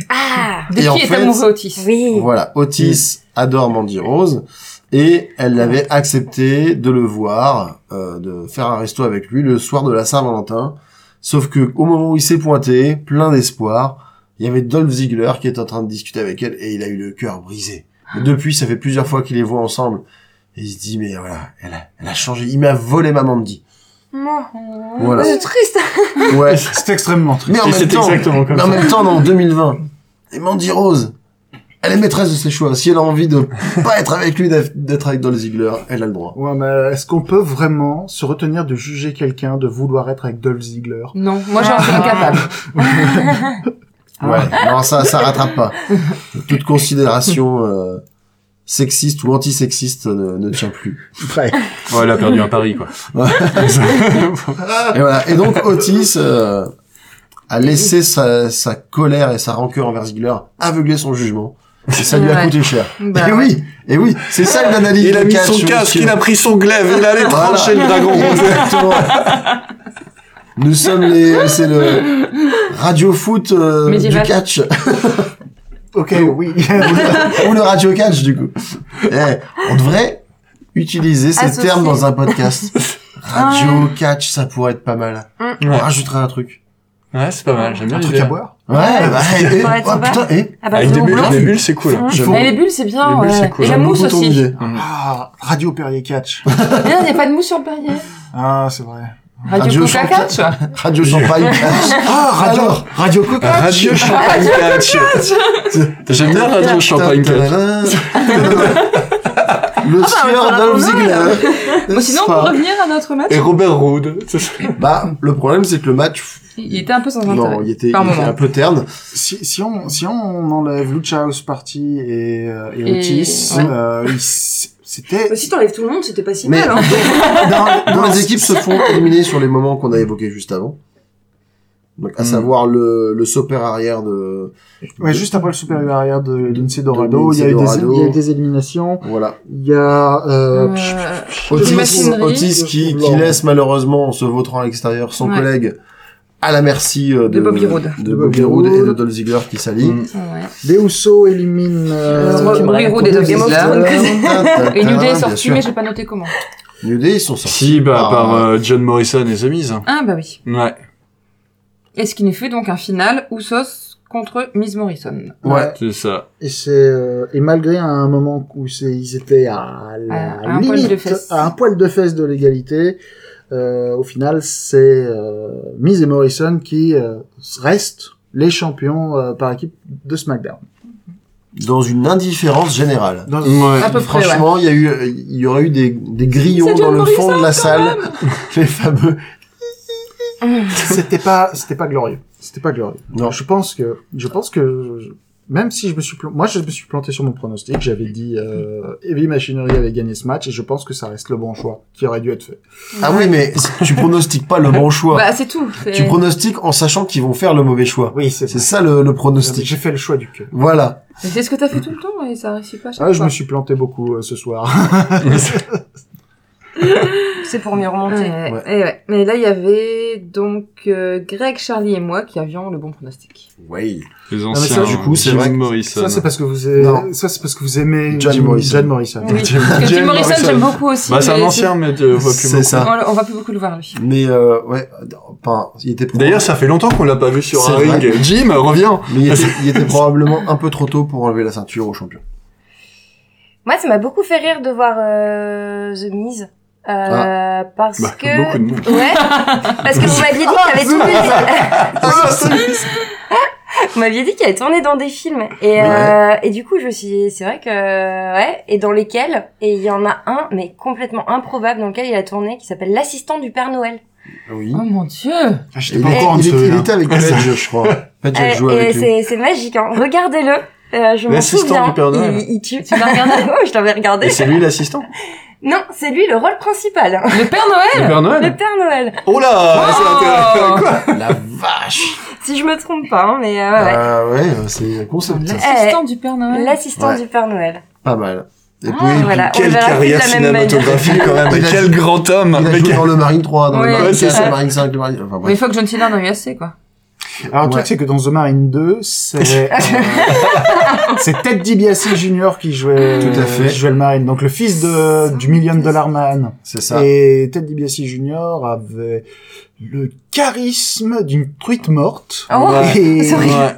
Ah
De
Et en
qui est
fait,
amoureux Otis
Oui
Voilà, Otis adore Mandy Rose et elle l'avait accepté de le voir, euh, de faire un resto avec lui le soir de la Saint-Valentin. Sauf que au moment où il s'est pointé, plein d'espoir, il y avait Dolph Ziggler qui était en train de discuter avec elle et il a eu le cœur brisé. Et depuis, ça fait plusieurs fois qu'il les voit ensemble. Et il se dit, mais voilà, elle a, elle a changé. Il m'a volé ma Mandy.
Moi,
Voilà.
c'est triste.
Ouais.
C'est extrêmement triste.
Mais en
Et
même
c'est
temps,
exactement comme
mais en
ça.
même temps, on est en 2020. Et Mandy Rose, elle est maîtresse de ses choix. Si elle a envie de pas être avec lui, d'être- d'être avec Dolph Ziggler, elle a le droit.
Ouais, mais euh, est-ce qu'on peut vraiment se retenir de juger quelqu'un de vouloir être avec Dolph Ziggler
Non, moi j'en suis incapable.
Ah
Ouais. Non, ça, ça rattrape pas. Toute considération euh, sexiste ou antisexiste ne, ne tient plus.
Ouais.
Ouais, elle a perdu un pari, quoi.
Et voilà. Et donc Otis euh, a laissé sa, sa colère et sa rancœur envers Ziggler aveugler son jugement. Et ça lui a
Ouais.
coûté cher.
Bah,
et oui, et oui, c'est ça l'analyse.
Il
de
a mis
catch,
son
monsieur.
casque, il a pris son glaive, il allait
Voilà.
trancher le dragon.
Exactement. Nous sommes les, c'est le radio foot euh, du
Médiéval.
catch
Ok,
Oh.
oui.
ou le radio catch du coup. Eh, on devrait utiliser ces
Associer.
termes dans un podcast. Radio catch, ça pourrait être pas mal.
Ouais.
On rajouterait un truc.
Ouais, c'est pas mal, j'aime bien
Un truc
l'idée.
à boire
Ouais, bah, eh, eh,
pourrait être
oh,
sympa.
putain, eh,
Ah bah,
Avec des
c'est
bulles,
blanc.
des bulles, c'est cool. hein.
je-
Mais les bulles, c'est bien.
Les bulles,
ouais.
c'est cool. Mm.
Et la
J'aime
mousse
beaucoup ton
aussi.
idée.
Ah, Radio Perrier Catch.
hein.
Il n'y a pas de mousse sur le panier.
Ah, c'est vrai.
Radio
Radio
Coca
Coca.
Catch.
Radio champagne catch.
Ah, Radio,
Alors.
radio Coco Catch.
Radio Champagne Catch. J'aime bien Radio Champagne Catch.
on
Le
le
sieur
fera
Dolph
pour Noël.
Ziggler.
Bon, sinon,
Soir.
pour revenir à notre match,
Et Robert Roode.
Bah, le problème, c'est que le match,
il était un peu sans intérêt.
non, il était,
Par
il était
moment.
un peu terne.
Si, si, on, si on enlève Lucha House Party et, euh, et
Et-
Otis,
ouais.
euh, il s- c'était...
Mais Bah, si t'enlèves tout le monde, c'était pas si
Mais
mal. Hein.
dans, dans les équipes se font éliminer sur les moments qu'on a évoqués juste avant. Donc, à
Mm.
savoir le, le sopper arrière de,
Ouais, juste après le supérieur arrière de Lindsay Dorado,
Lindsay
il y a eu des,
Dorado.
il y a eu des éliminations.
voilà.
Il y a... Euh,
Euh,
pff,
Une
Otis,
machinerie.
Otis qui, qui laisse malheureusement en se vautrant à l'extérieur son
Ouais.
collègue à la merci euh, de,
De Bobby Roode.
de Bobby Roode et de Dolph Ziggler qui s'allient.
Mm.
ouais.
Les Usos éliminent...
Euh, Bobby Roode et Dolph
Ziggler.
Ziggler. Et New Day est
Euh, Bien
sorti,
sûr.
mais j'ai pas noté comment.
New Day, ils sont sortis.
Si, bah,
Ah.
par euh, John Morrison et The Miz. hein.
Ah, bah oui.
Ouais.
Et ce qui nous fait donc un final Usos contre Miss Morrison.
Ouais.
C'est ça.
Et c'est euh, et malgré un moment où c'est ils étaient à la
À- à un poil
limite
de fesse.
à un poil de fesse de l'égalité, euh, au final c'est euh, Miz et Morrison qui euh, restent les champions euh, par équipe de SmackDown.
Dans une indifférence générale.
Dans-
Ouais.
À peu près, ouais.
Franchement, il y a eu, il y aurait eu des, des grillons
C'est
dans
John
le fond
Morrison,
de la salle. Les fameux.
c'était pas c'était pas glorieux. C'était pas glorieux.
Non.
Je pense que je pense que je- même si je me suis plan- moi je me suis planté sur mon pronostic, j'avais dit euh, Heavy Machinery avait gagné ce match et je pense que ça reste le bon choix qui aurait dû être fait.
Ah oui, mais tu pronostiques pas le bon choix.
Bah, c'est tout. c'est-
tu pronostiques en sachant qu'ils vont faire le mauvais choix.
Oui, c'est
C'est ça le, le pronostic.
J'ai fait le choix du cœur.
Voilà.
Mais C'est ce que t'as fait tout le temps et ça réussit pas. à chaque
Ah, je
fois.
me suis planté beaucoup euh, ce soir.
C'est pour mieux remonter.
Ouais,
Ouais.
et ouais. Mais là, il y avait donc euh, Greg, Charlie et moi qui avions le bon pronostic.
Oui.
Les
mais ça,
anciens.
du coup, c'est
Jim
vrai que-
Morrison.
ça c'est parce que vous
Non.
aimez, ça c'est parce que vous aimez
John
Jim-
Morrison.
John Morrison.
Oui,
Jim-
parce que
Jim
Jim Morrison,
Morrison.
j'aime beaucoup aussi.
Bah, c'est un
mais
ancien, mais tu le vois plus
C'est
beaucoup.
c'est-
ça.
On, on va plus beaucoup le voir, lui.
Mais euh, ouais, enfin, il était probable-
D'ailleurs, ça fait longtemps qu'on l'a pas vu sur
C'est
un
vrai.
ring. Jim, reviens.
mais il était, il était probablement un peu trop tôt pour enlever la ceinture au champion.
Moi, ça m'a beaucoup fait rire de voir euh, The Miz. Euh,
Ah.
Parce
Bah,
que...
beaucoup de monde.
Ouais, parce que vous m'aviez dit qu'il
Ah,
avait tourné.
Ah,
vous m'aviez dit qu'il avait tourné dans des films. Et, euh, et du coup, je me suis dit, c'est vrai que, ouais, et dans lesquels, et il y en a un, mais complètement improbable, dans lequel il a tourné, qui s'appelle L'assistant du Père Noël.
Oui.
Oh mon dieu
Ah,
Il,
J'étais
il,
pas au courant de
était- il
hein.
celui-là.
était avec Page, je crois. Page
Euh,
a joué
et
avec lui.
c'est, c'est magique, hein. Regardez-le. Euh, je m'en
L'assistant
souviens.
du Père Noël.
Il, il tue.
Tu l'as regardé
Ouais, je t'avais regardé.
Et c'est lui l'assistant.
Non, c'est lui le rôle principal.
Le Père Noël
Le Père
Le
Noël.
Père Noël.
Oh là, c'est intéressant.
Oh
La vache.
Si je me trompe pas, hein, mais euh, ouais, ouais.
Ah ouais, c'est un concept. ça.
L'assistant du Père Noël
L'assistant
Ouais.
du Père Noël.
Pas mal. Et
Ah,
puis,
voilà. on
Quelle
le verra plus de
carrière
la même manière.
cinématographique quand même.
Il a-
Quel grand homme.
Il a
Mais
joué
quel-
dans le Marine 3, dans
Ouais,
le Marine
c'est
4,
ça.
le Marine 5, le Marine... Enfin
Mais il
bref.
faut que John Cena dans assez quoi.
Alors le
Ouais.
truc c'est que dans The Marine 2, c'est euh, c'est Ted DiBiase Jr. qui jouait
Tout à fait.
qui jouait le Marine, donc le fils de du Million Dollar Man.
C'est ça.
Et Ted DiBiase Jr. avait le charisme d'une truite morte.
Oh,
et...
c'est vrai.
Ouais.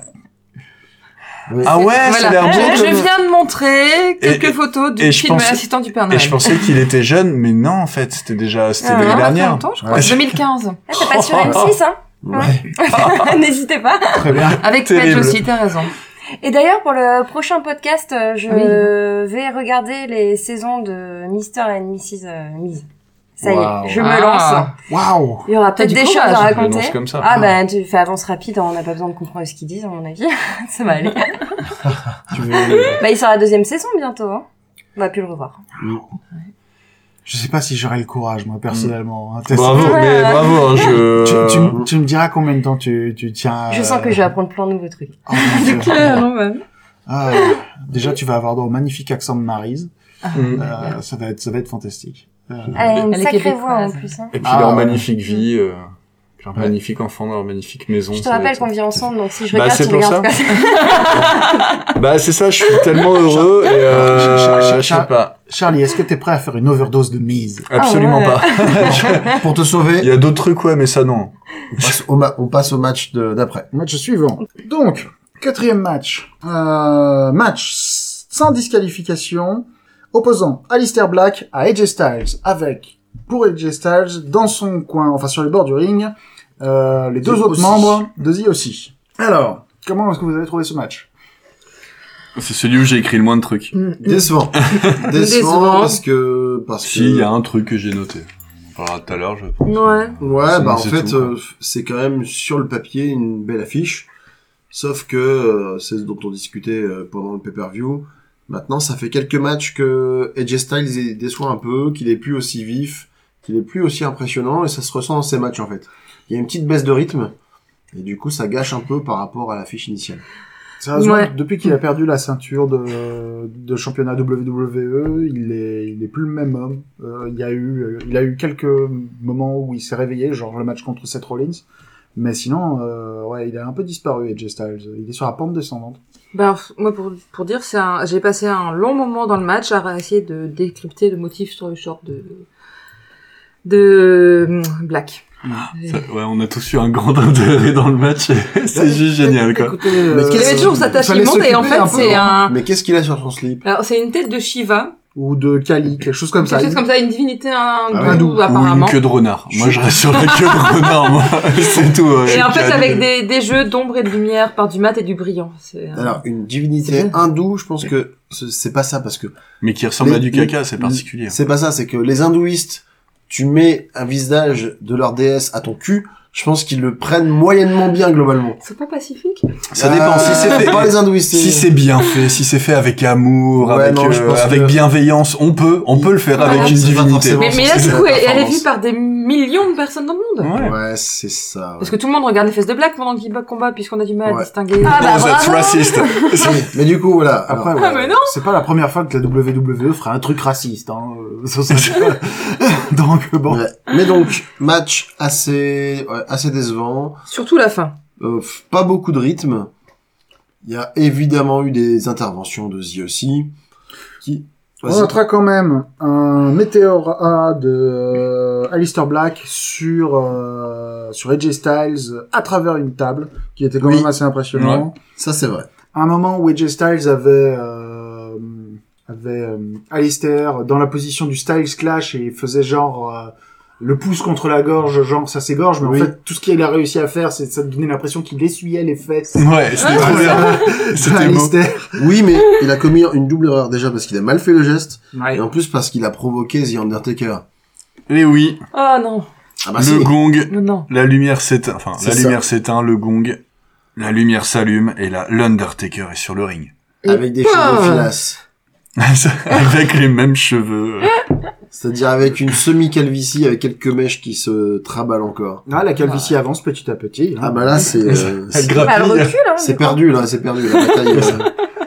Oui.
Ah ouais,
Voilà.
ça a l'air beau.
Je, je
comme-
viens de montrer quelques
et-
photos du
et je
film
pensais-
L'assistant du Père
Et
Noël.
je pensais qu'il était jeune, mais non, en fait, c'était déjà, c'était
Ah,
l'année
non,
pas très
dernière.
longtemps, je crois.
Ouais.
2015.
Ah, ça passe sur M6, hein N'hésitez pas.
Très bien.
Avec Pledge
Terrible.
aussi, t'as raison.
Et d'ailleurs, pour le prochain podcast, euh, je
Ah
vais regarder les saisons de Mr. and Mrs. euh, Meese. Ça
Waouh.
y est, je me lance.
Ah.
Waouh.
Il y aura peut-être
du
des choses à
courage.
Je l'annonce
raconter.
comme ça.
Ah ben, tu fais avance rapide, on n'a pas besoin de comprendre ce qu'ils disent, à mon avis. ça va aller.
Tu veux-
bah, il sort la deuxième saison bientôt, hein. On va plus le revoir.
Je sais pas si j'aurais le courage, moi, personnellement. hein. T'as-
Bravo,
Ouais.
mais bravo, hein, je...
Tu,
Euh,
tu, m- tu me diras combien de temps tu, tu tiens.
Je
euh,
sens que je vais apprendre plein de nouveaux trucs.
oh, mon Dieu.
même.
Ah, euh, déjà, tu vas avoir un magnifique accent de Maryse.
Mm.
Euh, ça va être, ça va être fantastique. Euh,
Elle Ah, a une
Elle est
sacrée voix en
québécoise.
plus. Hein.
Et puis
Ah,
leur
ouais.
magnifique vie, euh, leur
Ouais.
magnifique enfant, leur magnifique maison.
Je te
ça va
rappelle
être-
qu'on vit ensemble, donc si je
Bah,
regarde,
c'est
tu
pour
regardes.
ça. Bah c'est ça, je suis tellement heureux et
Char-
euh,
Char-
je sais pas,
Charlie, est-ce que t'es prêt à faire une overdose de mise
absolument
ouais.
pas. Je-
Pour
Ah, Il
te
y
sauver,
a d'autres trucs ouais, mais ça non.
on passe au, ma- on passe au match de- d'après.
Match suivant. Donc, quatrième match. Euh, match sans disqualification. Opposant Alistair Black à AJ Styles avec, pour AJ Styles, dans son coin, enfin sur les bords du ring, euh, les deux
The
autres
OC.
membres de The aussi. Alors, comment est-ce que vous avez trouvé ce match
C'est celui où j'ai écrit le moins de trucs.
Décevant. Décevant,
Décevant.
parce que, parce que.
Si, il y a un truc que j'ai noté. On parlera tout à l'heure, je pense.
Ouais.
Ouais,
C'est-
bah en
c'est
fait,
tout, quoi.
euh, c'est quand même sur le papier une belle affiche. Sauf que euh, c'est ce dont on discutait euh, pendant le pay-per-view. Maintenant, ça fait quelques matchs que Edge Styles est- déçoit un peu, qu'il est plus aussi vif, qu'il est plus aussi impressionnant, et ça se ressent dans ces matchs en fait. Il y a une petite baisse de rythme, et du coup, ça gâche un peu par rapport à l'affiche initiale.
Sérieusement,
Ouais.
depuis qu'il a perdu la ceinture de, de championnat WWE, il est, il est plus le même homme. Euh, il y a eu, euh, il a eu quelques moments où il s'est réveillé, genre le match contre Seth Rollins. Mais sinon, euh, ouais, il a un peu disparu, Edge Styles. Il est sur la pente descendante.
Ben, f- moi, pour, pour dire, c'est un, j'ai passé un long moment dans le match à essayer de décrypter le motif sur le short de, de hum, Black.
Ça- ouais, on a tous eu un grand intérêt dans le match. et c'est juste génial quoi.
Écoutez, euh,
Mais
Il y avait toujours cet
fallait
attachement et en
s'occuper
fait,
un peu,
c'est
hein.
un,
Mais qu'est-ce qu'il a sur son slip
alors, c'est une tête de Shiva.
Ou de Kali, quelque chose comme ça. Ah
Quelque chose comme ça, une divinité
ouais.
hindoue,
Ou une
apparemment.
queue de renard. Moi je reste sur la queue de renard, moi. C'est tout. ouais.
Et en fait,
Calme.
avec des, des jeux d'ombre et de lumière par du mat et du brillant. C'est, euh,
Alors, une divinité hindoue, je pense que ce- c'est pas ça, parce que
Mais qui ressemble
Les-
à du caca, c'est
les-
particulier.
C'est pas ça, c'est que les hindouistes, tu mets un visage de leur déesse à ton cul, je pense qu'ils le prennent moyennement bien globalement.
Ils sont pas pacifiques.
Ça
Euh,
dépend. Si c'est
pas les
fait,
hindouistes.
si c'est bien fait, si c'est fait avec amour,
Ouais,
avec,
non, je
euh,
pense
avec
que-
bienveillance, on peut, on peut le faire
Voilà.
avec une
C'est pas
divinité.
forcément-
Mais,
bon,
mais
c'est-
là,
c'est
du
la
coup, elle, elle est
performance.
vue par des millions de personnes dans le monde.
Ouais.
Ouais, c'est ça. ouais.
Parce que tout le monde regarde les fesses de Black pendant qu'il bat combat, puisqu'on a du mal
Ouais.
à distinguer.
Ah, bah,
Oh, that's
bravo.
racist.
Mais du coup, voilà. alors,
Après, ouais,
Ah, mais non
c'est pas la première fois que la WWE fera un truc raciste. Hein. euh, sur ce- Donc bon,
ouais. Mais donc, match assez, ouais, assez décevant.
Surtout la fin.
Euh, f- pas beaucoup de rythme. Il y a évidemment eu des interventions de Z aussi. Qui...
On
Oh.
Vas-y.
notera quand même un météore A de euh, Alistair Black sur euh, sur AJ Styles à travers une table, qui était quand
Oui.
même assez impressionnant.
Ça, c'est vrai.
Un moment où AJ Styles avait euh, avait euh, Alistair dans la position du Styles Clash et faisait genre euh, le pouce contre la gorge, genre ça s'égorge, mais
Oui.
en fait tout ce qu'il a réussi à faire, c'est ça donnait l'impression qu'il essuyait les fesses.
Ouais, c'était trop bien. C'était beau.
Alistair.
Oui, mais il a commis une double erreur déjà parce qu'il a mal fait le geste.
Ouais.
Et en plus parce qu'il a provoqué The Undertaker.
Et Eh oui,
Ah non,
Ah bah si.
le gong,
non, non.
la lumière s'éteint, enfin,
C'est
la
ça.
lumière s'éteint, le gong, la lumière s'allume, et là, l'Undertaker est sur le ring.
Avec des cheveux filasses.
avec les mêmes cheveux.
C'est-à-dire avec une semi-calvitie, avec quelques mèches qui se traballent encore.
Ah, la calvitie avance petit à petit. hein.
Ah bah là, c'est... euh,
Elle
c'est-
Bah, elle
grappille.
recule, hein.
c'est perdu, là, c'est perdu. La bataille, euh,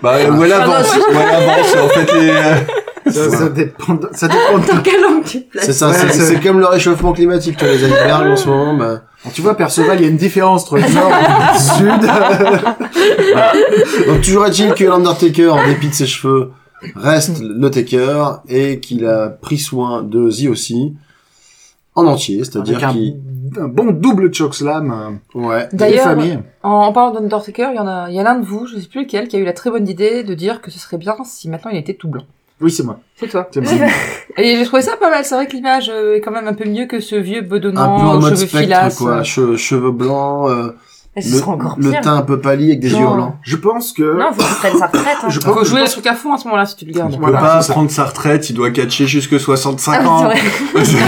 Bah, euh, ou elle avance, ou elle avance, en fait, les, euh,
ça, ça dépend. de- Ça dépend. de-
Dans quel angle tu places
c'est ça,
Ouais,
c'est-
c'est-
c'est comme le réchauffement climatique, tu vois, les icebergs en ce moment, bah...
Tu vois, Perceval, il y a une différence entre le nord et le sud.
Donc toujours est-il que l'Undertaker, en dépit de ses cheveux, reste le Taker, et qu'il a pris soin de Z aussi, en entier, c'est-à-dire
Avec un
qu'il...
un bon double chokeslam. euh,
Ouais.
des
D'ailleurs,
familles.
En, en parlant d'Undertaker, il y en a, il y a l'un de vous, je sais plus lequel, qui a eu la très bonne idée de dire que ce serait bien si maintenant il était tout blanc.
Oui, c'est moi.
C'est toi.
C'est moi.
Et j'ai trouvé ça pas mal. C'est vrai que l'image euh, est quand même un peu mieux que ce vieux
un peu
bedonnant
en
aux
mode
cheveux
spectre,
filasses.
quoi.
euh.
Che- cheveux blancs, euh,
Et ce sera encore
le, le
pire.
teint un peu pâli avec des yeux
Non.
blancs.
Je pense que...
Non, faut qu'il prenne sa retraite. Hein.
Je pense
Faut
que
jouer le truc à fond à ce moment-là si tu le gardes.
Il
Voilà,
peut pas
c'est ça.
prendre sa retraite, il doit catcher jusque 65
Ah,
ans.
c'est vrai.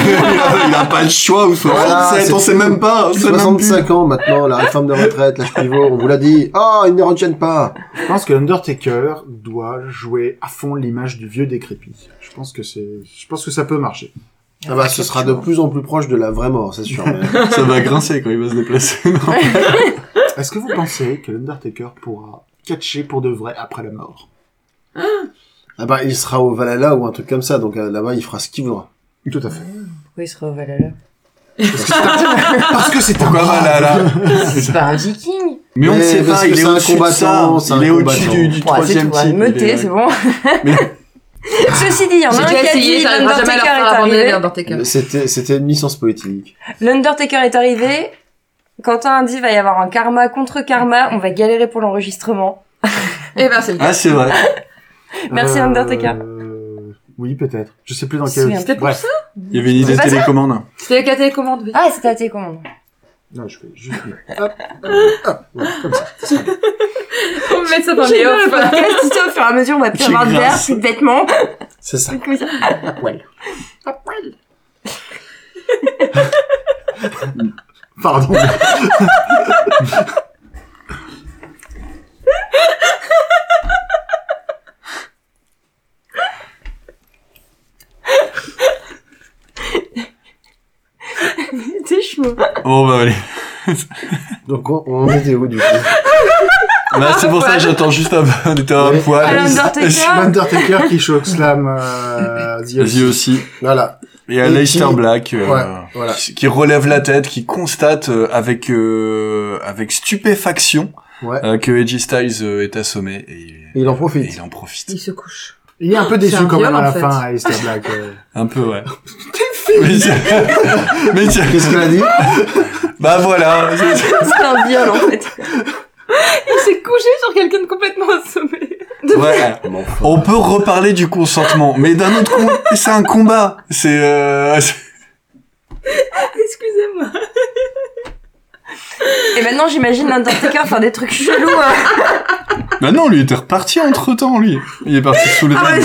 il a pas le choix ou 67,
Oh, c'est
on sait
tout.
même pas. on sait même
65 ans maintenant, la réforme de retraite, l'âge pivot, on vous l'a dit. Oh, ils ne retiennent pas.
Je pense que Undertaker doit jouer à fond l'image du vieux décrépit. Je pense que c'est, je pense que ça peut marcher.
Ah bah, ce sera de plus en plus proche de la vraie mort, c'est sûr. mais-
plus. Ça va grincer quand il va se déplacer. non
Est-ce que vous pensez que l'Undertaker pourra catcher pour de vrai après la mort
ah bah, il sera au Valhalla ou un truc comme ça, donc euh, là-bas, il fera ce qu'il voudra.
Tout à fait.
Pourquoi il sera au Valhalla
Parce que c'est un
Pourquoi
brave.
Valhalla
C'est pas un viking.
Mais on ne
Mais
sait
parce
pas,
que
il
c'est
est
un
au-dessus de ça.
combattant, c'est un
Il est au-dessus
combattant.
du, du
Bon, c'est
troisième
tout, on va
type.
le
il est-
noter, c'est bon.
Mais-
Ceci dit, il y en a
J'ai
un qui
déjà
a
essayé,
dit
t'arriveras jamais à leur
l'Undertaker
faire
est
abandonner les
arrivé.
Undertaker.
C'était, c'était une licence poétique.
L'Undertaker est arrivé. Quentin a dit va y avoir un karma contre karma. On va galérer pour l'enregistrement.
Eh ben c'est le cas.
Ah, c'est vrai.
Merci, Undertaker.
Euh, Oui, peut-être. Je sais plus dans
Je
quel.
me souviens
C'était pour
Bref.
ça
Il y avait une idée
C'est
de
pas ça
télécommande.
C'était avec la télécommande, oui.
Ah, c'était à télécommande.
Non, je vais juste. Hop, hop, hop. Voilà, comme ça.
On va mettre ça dans
J'ai
les
le
offres.
podcast, tu sais, au fur et à mesure, on va plus
J'ai
avoir de l'air,
grâce.
plus de vêtements.
C'est ça.
Comme ça.
Pardon.
T'es chaud.
Oh bah allez.
Donc, on, on était où, du coup?
Bah, c'est pour ça que j'attends juste un peu. On était à
Oui.
poil.
À
Ah.
l'Undertaker.
Undertaker qui choque slam. Euh, The
Vas-y aussi.
Voilà.
Et à
Et
Leicester
qui-
Black, euh,
Ouais, voilà.
qui, qui relève la tête, qui constate euh, avec euh, avec stupéfaction
Ouais.
euh, que Edgy Styles euh, est assommé et,
Et il en profite.
et il en profite.
Il se couche.
Il est un peu
C'est
déçu
un
quand
viol,
même à la
en fait.
fin, Alistair Black. euh.
Un peu ouais. mais c'est- mais c'est-
Qu'est-ce qu'elle a dit?
bah voilà.
C'est un viol, en fait.
Il s'est couché sur quelqu'un de complètement assommé.
Ouais. On peut reparler du consentement, mais d'un autre coup, c'est un combat. C'est euh,
Excusez-moi.
Et maintenant, j'imagine l'Undertaker faire des trucs chelous. hein.
Bah non, lui il était reparti entre temps, lui. Il est parti sous le
Ah,
ring.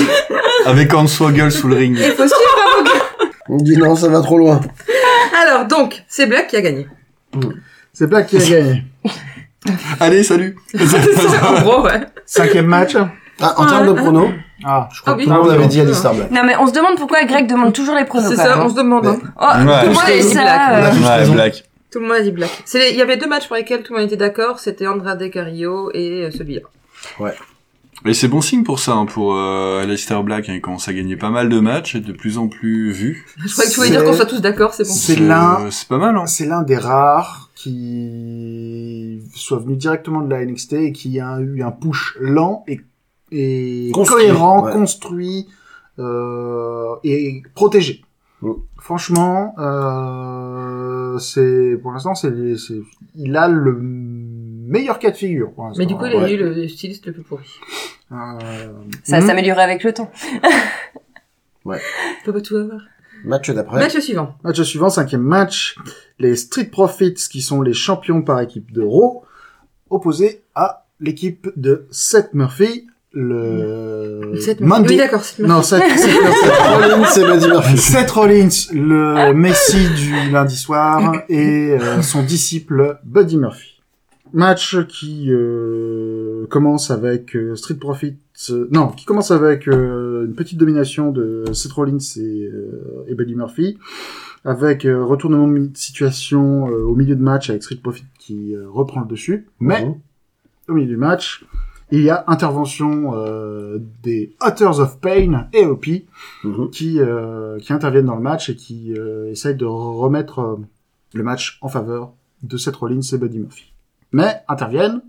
Avec Hornswoggle sous le ring.
Il faut suivre un vocal.
On dit non, ça va trop loin.
Alors donc, c'est Black qui a gagné.
C'est Black qui a gagné.
Allez, salut.
en gros, ouais.
Cinquième match.
Ah, en termes de pronos,
Ah, je
Ah
crois
oui.
que
tout le monde avait dit Alistair Black.
Non, mais on se demande pourquoi Greg demande toujours les pronos.
C'est
quand
ça,
même.
on se demande. hein.
Oh,
Ouais.
tout le monde
Ouais,
est
c'est black.
ça. euh,
juste
Ouais,
raison.
Black.
Tout le monde a dit Black. C'est les- Il y avait deux matchs pour lesquels tout le monde était d'accord. C'était Andrade Carrillo et euh, celui-là.
Mais c'est bon signe pour ça, hein, pour euh, Aleister Black, hein, il commence à gagner pas mal de matchs, et de plus en plus vu.
Je croyais que tu voulais dire qu'on soit tous d'accord, c'est bon.
C'est l'un-
C'est pas mal, hein.
C'est l'un des rares qui soit venu directement de la NXT et qui a eu un push lent et, et
Construit,
cohérent,
ouais.
construit euh, et protégé.
Mm.
Franchement, euh, c'est pour l'instant, c'est, c'est- il a le meilleur cas de figure. Pour l'instant.
Mais du coup, il a
Ouais.
eu le styliste le plus pourri.
Euh,
Mm-hmm.
Ça va
mm.
s'améliorer avec le temps.
Faut pas tout avoir.
Match d'après.
Match suivant.
Match suivant, cinquième match, les Street Profits qui sont les champions par équipe de Raw, opposés à l'équipe de Seth Murphy, le
Seth Murphy.
Monday-
Oui, d'accord. Seth Murphy.
Euh, Non, Seth, Seth Murphy.
Rollins et Buddy Murphy.
Seth Rollins, le Messi du lundi soir, et euh, son disciple Buddy Murphy. Match qui euh, commence avec euh, Street Profits, euh, non, qui commence avec euh, une petite domination de Seth Rollins et, euh, et Buddy Murphy, avec euh, retournement de mi- situation euh, au milieu de match avec Street Profits qui euh, reprend le dessus, mais
Mhm.
au milieu du match, il y a intervention euh, des Authors of Pain et OP
Mhm.
qui, euh, qui interviennent dans le match et qui euh, essayent de remettre euh, le match en faveur de Seth Rollins et Buddy Murphy. Mais interviennent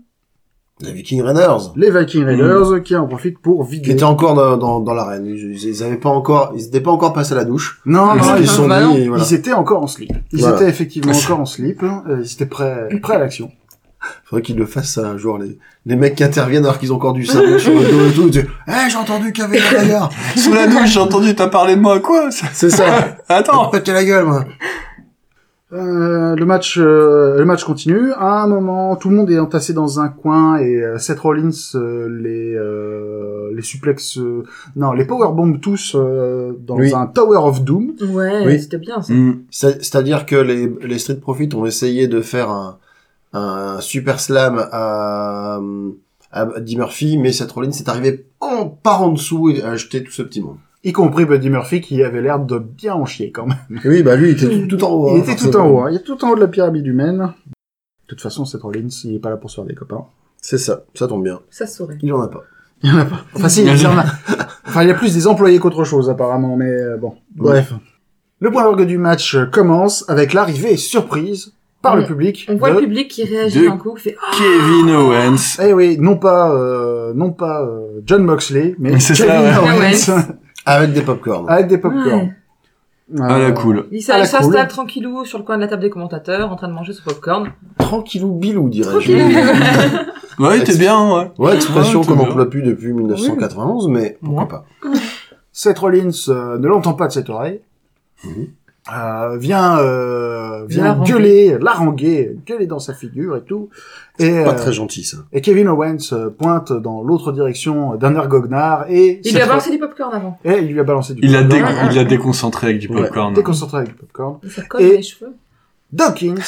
les Viking Raiders,
Les Viking Raiders qui en profitent pour
qui
vider.
Mhm. étaient encore dans, dans, dans l'arène. Ils, ils avaient pas encore, ils étaient pas encore passés à la douche.
Non,
Ils
Oh, non,
se
ils,
sont
bah
dit,
non.
et voilà.
ils étaient encore en slip. Ils
Voilà.
étaient effectivement encore en slip. hein, et Ils étaient prêts, prêts à l'action.
Faudrait qu'ils le fassent ça, un jour, les, les mecs qui interviennent alors qu'ils ont encore du savon sur le dos et tout. ils disent, Eh, j'ai entendu qu'il y avait un Raider.
Sous la douche, j'ai entendu, t'as parlé de moi, quoi ça
C'est ça.
Attends
Pète la gueule, moi.
Euh, le match, euh, le match continue. À un moment, tout le monde est entassé dans un coin et euh, Seth Rollins euh, les euh, les suplex, euh, non, les powerbombs tous euh, dans
Oui.
un Tower of Doom.
Ouais,
Oui.
c'était bien ça.
Mm.
C'est- C'est-à-dire que les, les Street Profits ont essayé de faire un, un super slam à, à Buddy Murphy, mais cette Rollins est arrivée en, par en dessous et a jeté tout ce petit monde.
Y compris Buddy Murphy qui avait l'air de bien en chier quand même.
Oui, bah lui, il était tout, tout en haut.
Il
hein,
était tout
forcément.
en haut. hein. Il est tout en haut de la pyramide humaine. De toute façon, Seth Rollins, il est pas là pour se faire des copains.
C'est ça, ça tombe bien.
Ça se saurait.
Il en a pas.
Il y en a pas. Enfin, si, il y en a. Enfin, il y a plus des employés qu'autre chose, apparemment, mais euh, bon. Bref. Le point d'orgue du match euh, commence avec l'arrivée surprise par le
Oui.
public.
On voit
de-
le public qui réagit
de-
d'un coup, qui fait Ah
Kevin Owens
Eh oui, non pas, euh, non pas euh, John Moxley, mais
Oui, c'est
Kevin
ça, ouais.
Owens
Avec des popcorn.
avec des popcorn.
Ouais.
à la cool.
Il
Ah, la
s'installe
cool.
tranquillou sur le coin de la table des commentateurs, en train de manger son popcorn.
Tranquillou bilou, dirais-je.
Tranquillou.
Ouais, t'es bien, hein, ouais.
Ouais, expression
Ouais, tout
comme on
bien.
ne l'a plus depuis 1991, mais pourquoi
Ouais.
pas.
Seth Rollins euh, ne l'entend pas de cette oreille.
Mhm.
Euh, vient euh, vient
Larguer.
gueuler, larguer, gueuler dans sa figure et tout. Et,
Pas
euh,
très gentil, ça.
et Kevin Owens euh, pointe dans l'autre direction euh, d'un air goguenard et
Il
Seth
lui a
Roll-
balancé du popcorn avant.
et il lui a balancé du
Il l'a dé-
popcorn.
il l'a déconcentré avec du popcorn.
déconcentré avec le popcorn.
Et ça colle
Et-
dans les cheveux.
Dawkins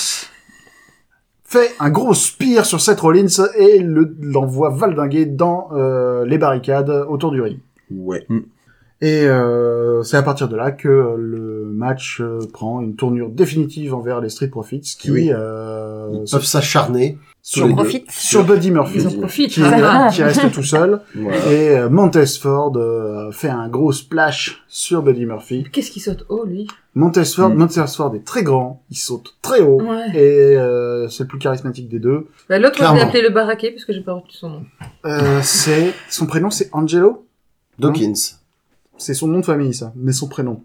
fait un gros spear sur Seth Rollins et le- l'envoie valdinguer dans euh, les barricades autour du ring.
Ouais.
Et euh, c'est à partir de là que le match euh, prend une tournure définitive envers les Street Profits qui
Oui.
euh,
Ils
sur,
peuvent s'acharner.
sur,
les deux.
profite.
sur Buddy Murphy
Ils en
Ils-
profitent.
qui,
Ah,
qui reste tout seul
Voilà.
et euh, Montesford euh, fait un gros splash sur Buddy Murphy.
Qu'est-ce qui saute haut, lui
Montesford,
Mm.
Montesford est très grand, il saute très haut
Ouais.
et euh, c'est le plus charismatique des deux.
Bah, L'autre, je l'ai
Clairement.
appelé le baraquet, parce que j'ai pas retenu son nom.
Euh, c'est son prénom, c'est Angelo.
Dawkins.
C'est son nom de famille, ça, mais son prénom.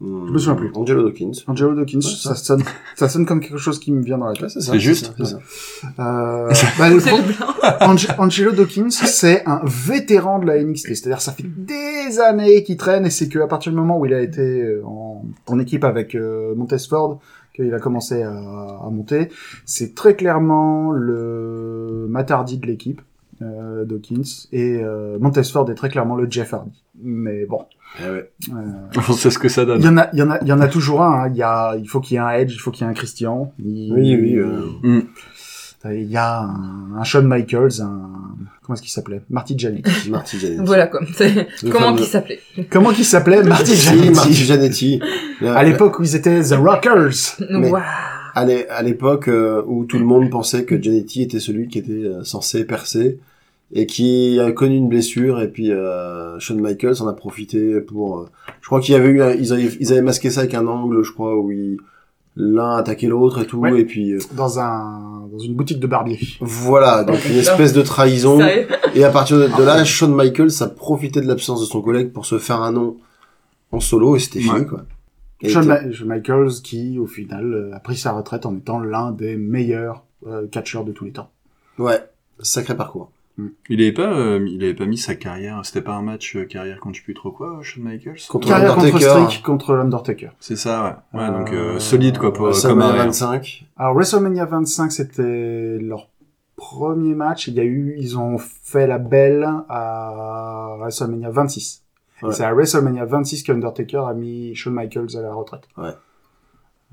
Je
me souviens plus.
Angelo Dawkins.
Angelo Dawkins.
Ouais, ça.
ça. sonne, ça sonne comme quelque chose qui me vient dans la
Ouais,
tête.
c'est ça,
C'est juste.
ça, c'est ça.
Euh, bah, le
C'est
pro-
le blanc.
Ange- Angelo Dawkins, c'est un vétéran de la NXT. C'est-à-dire, ça fait des années qu'il traîne et c'est que à partir du moment où il a été euh, en, en équipe avec euh, Montesford, qu'il a commencé à, à monter, c'est très clairement le Matardi de l'équipe, euh, Dawkins, et euh, Montesford est très clairement le Jeff Hardy. Mais bon.
Eh ouais.
On sait ce que ça
Il
donne.
y en a, il y en a, il y en a toujours un. hein. Il y a, il faut qu'il y ait un Edge, il faut qu'il y ait un Christian. Il-
Oui, oui, euh,
Mm.
Il y a un, un Shawn Michaels, un comment est-ce qu'il s'appelait Marty Jannetty.
Marty Jannetty.
Voilà, quoi. C'est-
Le
Comment
fameux-
qu'il s'appelait
Comment qu'il s'appelait Marty
Si, Marty
Jannetty.
Jannetty.
À l'époque où ils étaient The Rockers.
Mais-
Waouh.
à l'é- à l'époque euh, où tout le monde pensait que Jannetty était celui qui était euh, censé percer et qui a connu une blessure et puis euh, Shawn Michaels en a profité pour euh, je crois qu'il y avait eu un- ils avaient ils avaient masqué ça avec un angle je crois où ils- l'un attaquait l'autre et tout
Ouais.
et puis euh,
Dans un, dans une boutique de barbier.
voilà donc
Ouais,
une
d'accord.
espèce de trahison
Sérieux
et à partir de, de là Shawn Michaels a profité de l'absence de son collègue pour se faire un nom en solo et c'était fini
Ouais.
quoi Et
Shawn,
t'as-
Ma- Shawn Michaels qui, au final, euh, a pris sa retraite en étant l'un des meilleurs euh, catcheurs de tous les temps.
ouais sacré parcours
Il avait pas, euh, il avait pas mis sa carrière. C'était pas un match euh, carrière contre je sais plus trop quoi, Shawn Michaels.
Contre-
Carrière contre
Undertaker.
Strick contre l'Undertaker.
C'est ça, ouais. Ouais,
Euh,
donc euh, solide quoi pour
Ouais,
euh,
ça
comme
m'a
arrière.
25
Alors WrestleMania 25, c'était leur premier match. Il y a eu, ils ont fait la belle à WrestleMania 26. Et
Ouais.
C'est à WrestleMania 26 qu'Undertaker a mis Shawn Michaels à la retraite.
Ouais.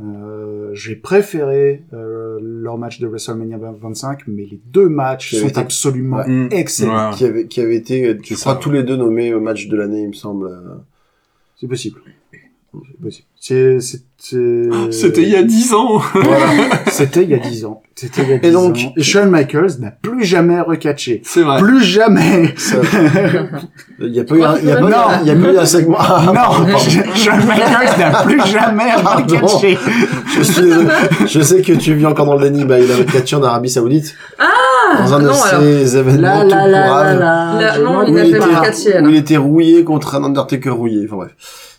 Euh, J'ai préféré euh, leur match de WrestleMania 25, mais les deux matchs
Qui avait
sont
été-
absolument
Ouais.
Mm.
excellents.
Ouais.
qui avait qui avait été euh, je
C'est
crois
ça.
tous les deux nommés au match de l'année il me semble euh,
C'est possible. C'est possible. C'est- c'était-
C'était il y a 10 ans.
C'était il y a 10 ans. C'était il y a 10
Et donc-
ans. Et Shawn Michaels n'a plus jamais recatché.
C'est vrai.
Plus jamais
ça- il y a pas eu
crois
un- il y a
que-
pas eu- il y a pas eu un segment Ah,
Non,
pardon.
Shawn Michaels n'a plus jamais
Pardon.
recatché.
je, suis désolé. Je sais que tu vis encore dans le déni bah il avait catché en Arabie Saoudite dans un de
non, Ah, alors.
ces
Là,
événements tout
là, là, là,
pourraves
là,
Là,
je
non,
vois
il
où,
que
a
tu
fait
parles.
marquer. ciel.
où il était rouillé contre un Undertaker rouillé. Enfin bref,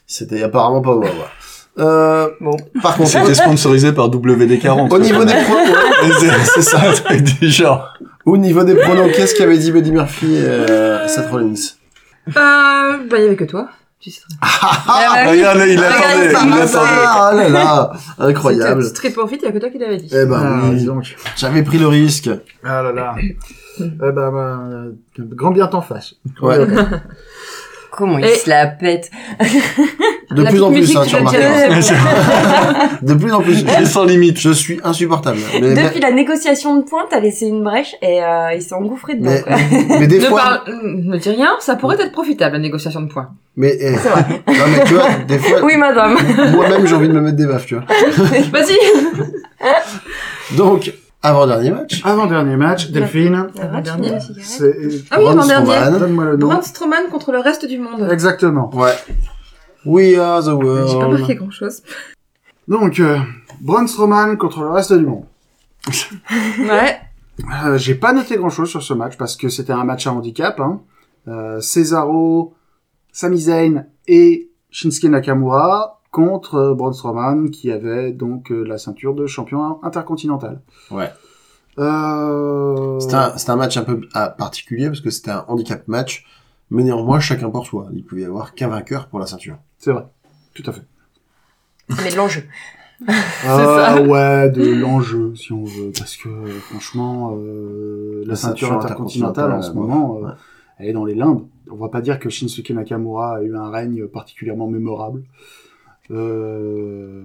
c'était apparemment pas moi. voilà. Euh,
Bon.
Par contre,
C'était sponsorisé par WD40.
au niveau des pro-
C'est ça, un truc du genre.
au niveau des pronoms, qu'est-ce qu'avait dit Buddy Murphy et euh, Seth Rollins
Euh, bah, il y avait que toi. Tu sais.
Ah, regarde, là, il
Regarde,
attendait,
ça
il
va,
attendait.
Ah là là, incroyable.
C'était Straight pour fit, il y a que toi qui l'avais dit.
Eh ben
Ah,
oui,
dis donc.
j'avais pris le risque.
Ah là là. eh ben, ben, euh, grand bien t'en fasse.
Ouais.
Comment il
Et-
se la pète
De
La
plus en
petite musique,
plus, hein,
tu
tu
l'as
remarques.
déjà-
De plus en plus.
Il est sans limite.
Je suis insupportable. Mais, mais,
Depuis la négociation de pointe, t'as laissé une brèche et euh, il s'est engouffré dedans.
mais,
quoi.
mais des
ne,
fois,
parle- ne dis rien, ça pourrait être profitable, la négociation de points.
mais, eh,
C'est vrai.
non, mais tu vois, des fois,
Oui, madame.
moi-même, j'ai envie de me mettre des baffes, tu vois.
Vas-y
Donc, avant-dernier match,
Avant-dernier match, Delphine.
Avant-dernier.
C'est...
Ah oui,
Braun
avant-dernier.
Strowman.
Donne-moi le nom.
Braun Strowman contre le reste du monde.
Exactement.
ouais. We are the
J'ai pas
world.
marqué grand-chose.
Donc, euh, Braun Strowman contre le reste du monde.
Ouais.
Euh, j'ai pas noté grand-chose sur ce match parce que c'était un match à handicap. Hein. Euh, Cesaro, Sami Zayn et Shinsuke Nakamura contre euh, Braun Strowman qui avait donc euh, la ceinture de champion intercontinental.
Ouais.
Euh...
C'était un, c'était un match un peu ah, particulier parce que c'était un handicap match, mais néanmoins, chacun pour soi. Il pouvait y avoir qu'un vainqueur pour la ceinture.
C'est vrai. Tout à fait.
Mais de l'enjeu.
Ah
ça.
ouais, de l'enjeu si on veut, parce que franchement, euh, la,
La
ceinture,
ceinture
intercontinentale en
intercontinentale,
ce
ouais.
moment, euh,
Ouais.
elle est dans les limbes. On va pas dire que Shinsuke Nakamura a eu un règne particulièrement mémorable. Euh,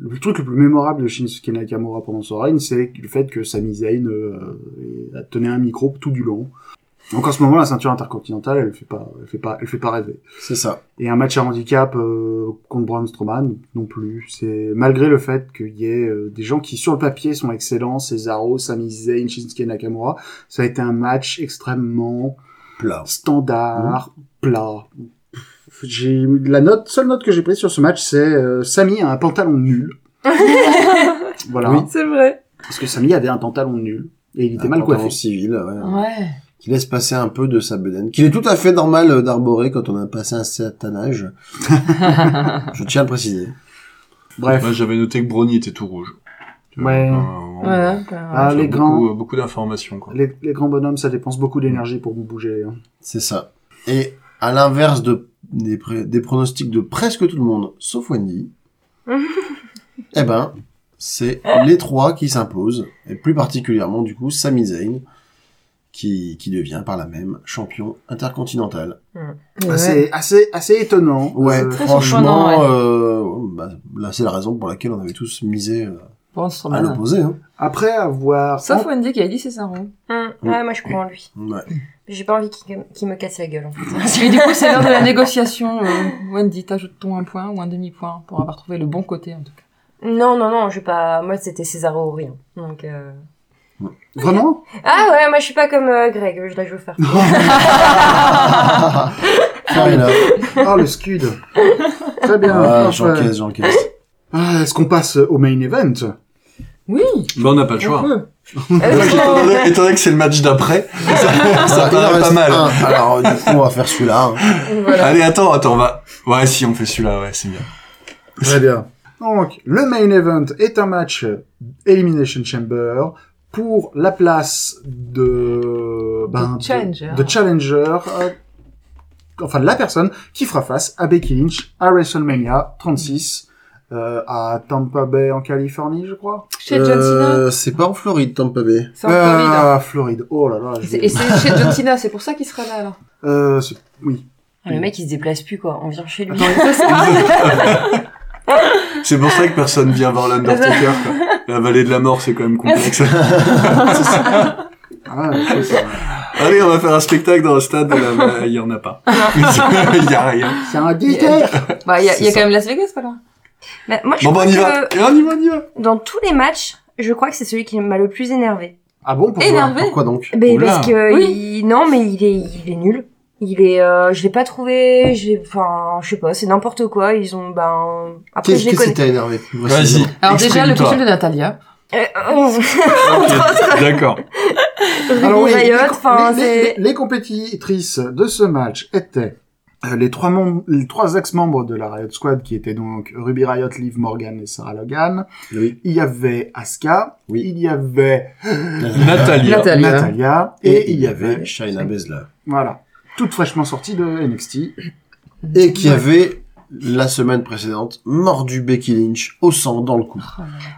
le truc le plus mémorable de Shinsuke Nakamura pendant son règne, c'est le fait que Sami Zayn euh, a tenu un micro tout du long. Donc en ce moment, la ceinture intercontinentale, elle fait pas, elle fait pas, elle fait pas rêver.
C'est ça.
Et un match à handicap euh, contre Braun Strowman, non plus. C'est malgré le fait qu'il y ait euh, des gens qui sur le papier sont excellents, Cesaro, Sami Zayn, Shinsuke Nakamura, ça a été un match extrêmement
Plat.
standard,
Mmh.
plat. J'ai la note, seule note que j'ai prise sur ce match, c'est euh, Sami a un pantalon nul. voilà,
Oui.
C'est vrai.
parce que Sami avait un pantalon nul et il était
Un
mal
pantalon
coiffé.
civil, ouais.
Ouais.
qui laisse passer un peu de sa bedaine, qu'il est tout à fait normal euh, d'arborer quand on a passé un certain âge. Je tiens à le préciser.
Bref,
Moi, j'avais noté que Brony était tout rouge.
Ouais.
Euh,
Ouais.
Ah,
j'ai
les
beaucoup,
grands.
euh, beaucoup d'informations, quoi.
les, les grands bonhommes, ça dépense beaucoup d'énergie pour bouger. hein.
C'est ça. Et à l'inverse de, des, pré- des pronostics de presque tout le monde, sauf Wendy, eh ben, c'est les trois qui s'imposent, et plus particulièrement, du coup, Sami Zayn, qui, qui devient par la même champion intercontinental. Ah,
Assez, assez, assez étonnant.
Ouais,
Euh,
très
franchement,
surprenant, ouais.
euh, bah, là, c'est la raison pour laquelle on avait tous misé euh,
Braun
à
Strowman.
l'opposé. Hein.
Après avoir
Sauf Wendy qui a dit c'est ça. hein.
Hum, Ouais, moi je crois en lui.
Ouais.
J'ai pas envie qu'il qu'il me casse la gueule en
Et du
fait.
coup, c'est l'heure de la négociation. euh, Wendy, t'ajoutes-t-on un point ou un demi-point pour avoir trouvé le bon côté en tout cas
non, non, non, je vais pas. Moi c'était Césaro ou rien. Donc. euh,
Vraiment
Ah ouais, moi je suis pas comme euh, Greg, je la joue faire.
Fair enough.
Oh, le scud Très bien.
Ah,
enfin.
j'encaisse, j'encaisse.
Ah, Est-ce qu'on passe au main event
Oui
Bah, on n'a pas le choix. Étant
Euh,
donné- étant donné que c'est le match d'après, ça, ça
Ah, il en
paraît pas
reste
mal.
un. Alors, du coup, on va faire celui-là. hein.
Voilà.
Allez, attends, attends, on va... Ouais, si, on fait celui-là, ouais, c'est bien.
Très bien. Donc, le main event est un match Elimination Chamber pour la place de... ben,
De challenger.
De, challenger. euh, enfin, la personne qui fera face à Becky Lynch à WrestleMania 36 euh, à Tampa Bay en Californie, je crois.
Chez John Cena,
Euh, c'est pas en Floride, Tampa Bay.
c'est en Floride.
Ah, Floride. Oh là là.
euh,
j'ai-
Et c'est chez John Cena, c'est pour ça qu'il sera là alors.
Euh, c'est- oui.
Le mec il se déplace plus quoi, on vient chez lui.
C'est pour ça que personne vient voir l'Undertaker, quoi. La vallée de la mort, c'est quand même complexe.
Ah, ouais, c'est ça.
Allez, on va faire un spectacle dans le stade de la... Il y en a pas. Il y a rien.
C'est un
Bah, il y a,
C'est
il y a
ça.
quand même Las Vegas pas loin.
Bah, moi je
Bon, bah,
crois
on y va.
que
Et on y va, on y va.
dans tous les matchs, je crois que c'est celui qui m'a le plus énervé.
Ah bon pourquoi
Énervé
Pourquoi donc
Ben
Oula.
parce que
Oui.
il- non mais il est il est nul. Il est euh, je l'ai pas trouvé, j'ai enfin je sais pas, c'est n'importe quoi, ils ont ben après
Qu'est-ce
je les
qu'est-ce qui t'a
connais.
énervé plus
Vas-y.
précisément
Alors déjà, le
exprime-toi.
costume de Natalia.
Euh, euh,
Ok, D'accord.
Alors oui,
Ruby
les,
Riot,
com-
enfin,
les- les-
c'est...
les- les compétitrices de ce match étaient euh, les trois, mem- les trois ex-membres de la Riot Squad, qui étaient donc Ruby Riot, Liv Morgan et Sarah Logan.
Oui.
Il y avait Asuka,
Oui.
il y avait
Nathalie.
Nathalie.
Natalia, et, il y avait...
Shayna Baszler.
Voilà. Toute fraîchement sortie de NXT.
Et qui avait, la semaine précédente, mordu Becky Lynch au sang dans le cou.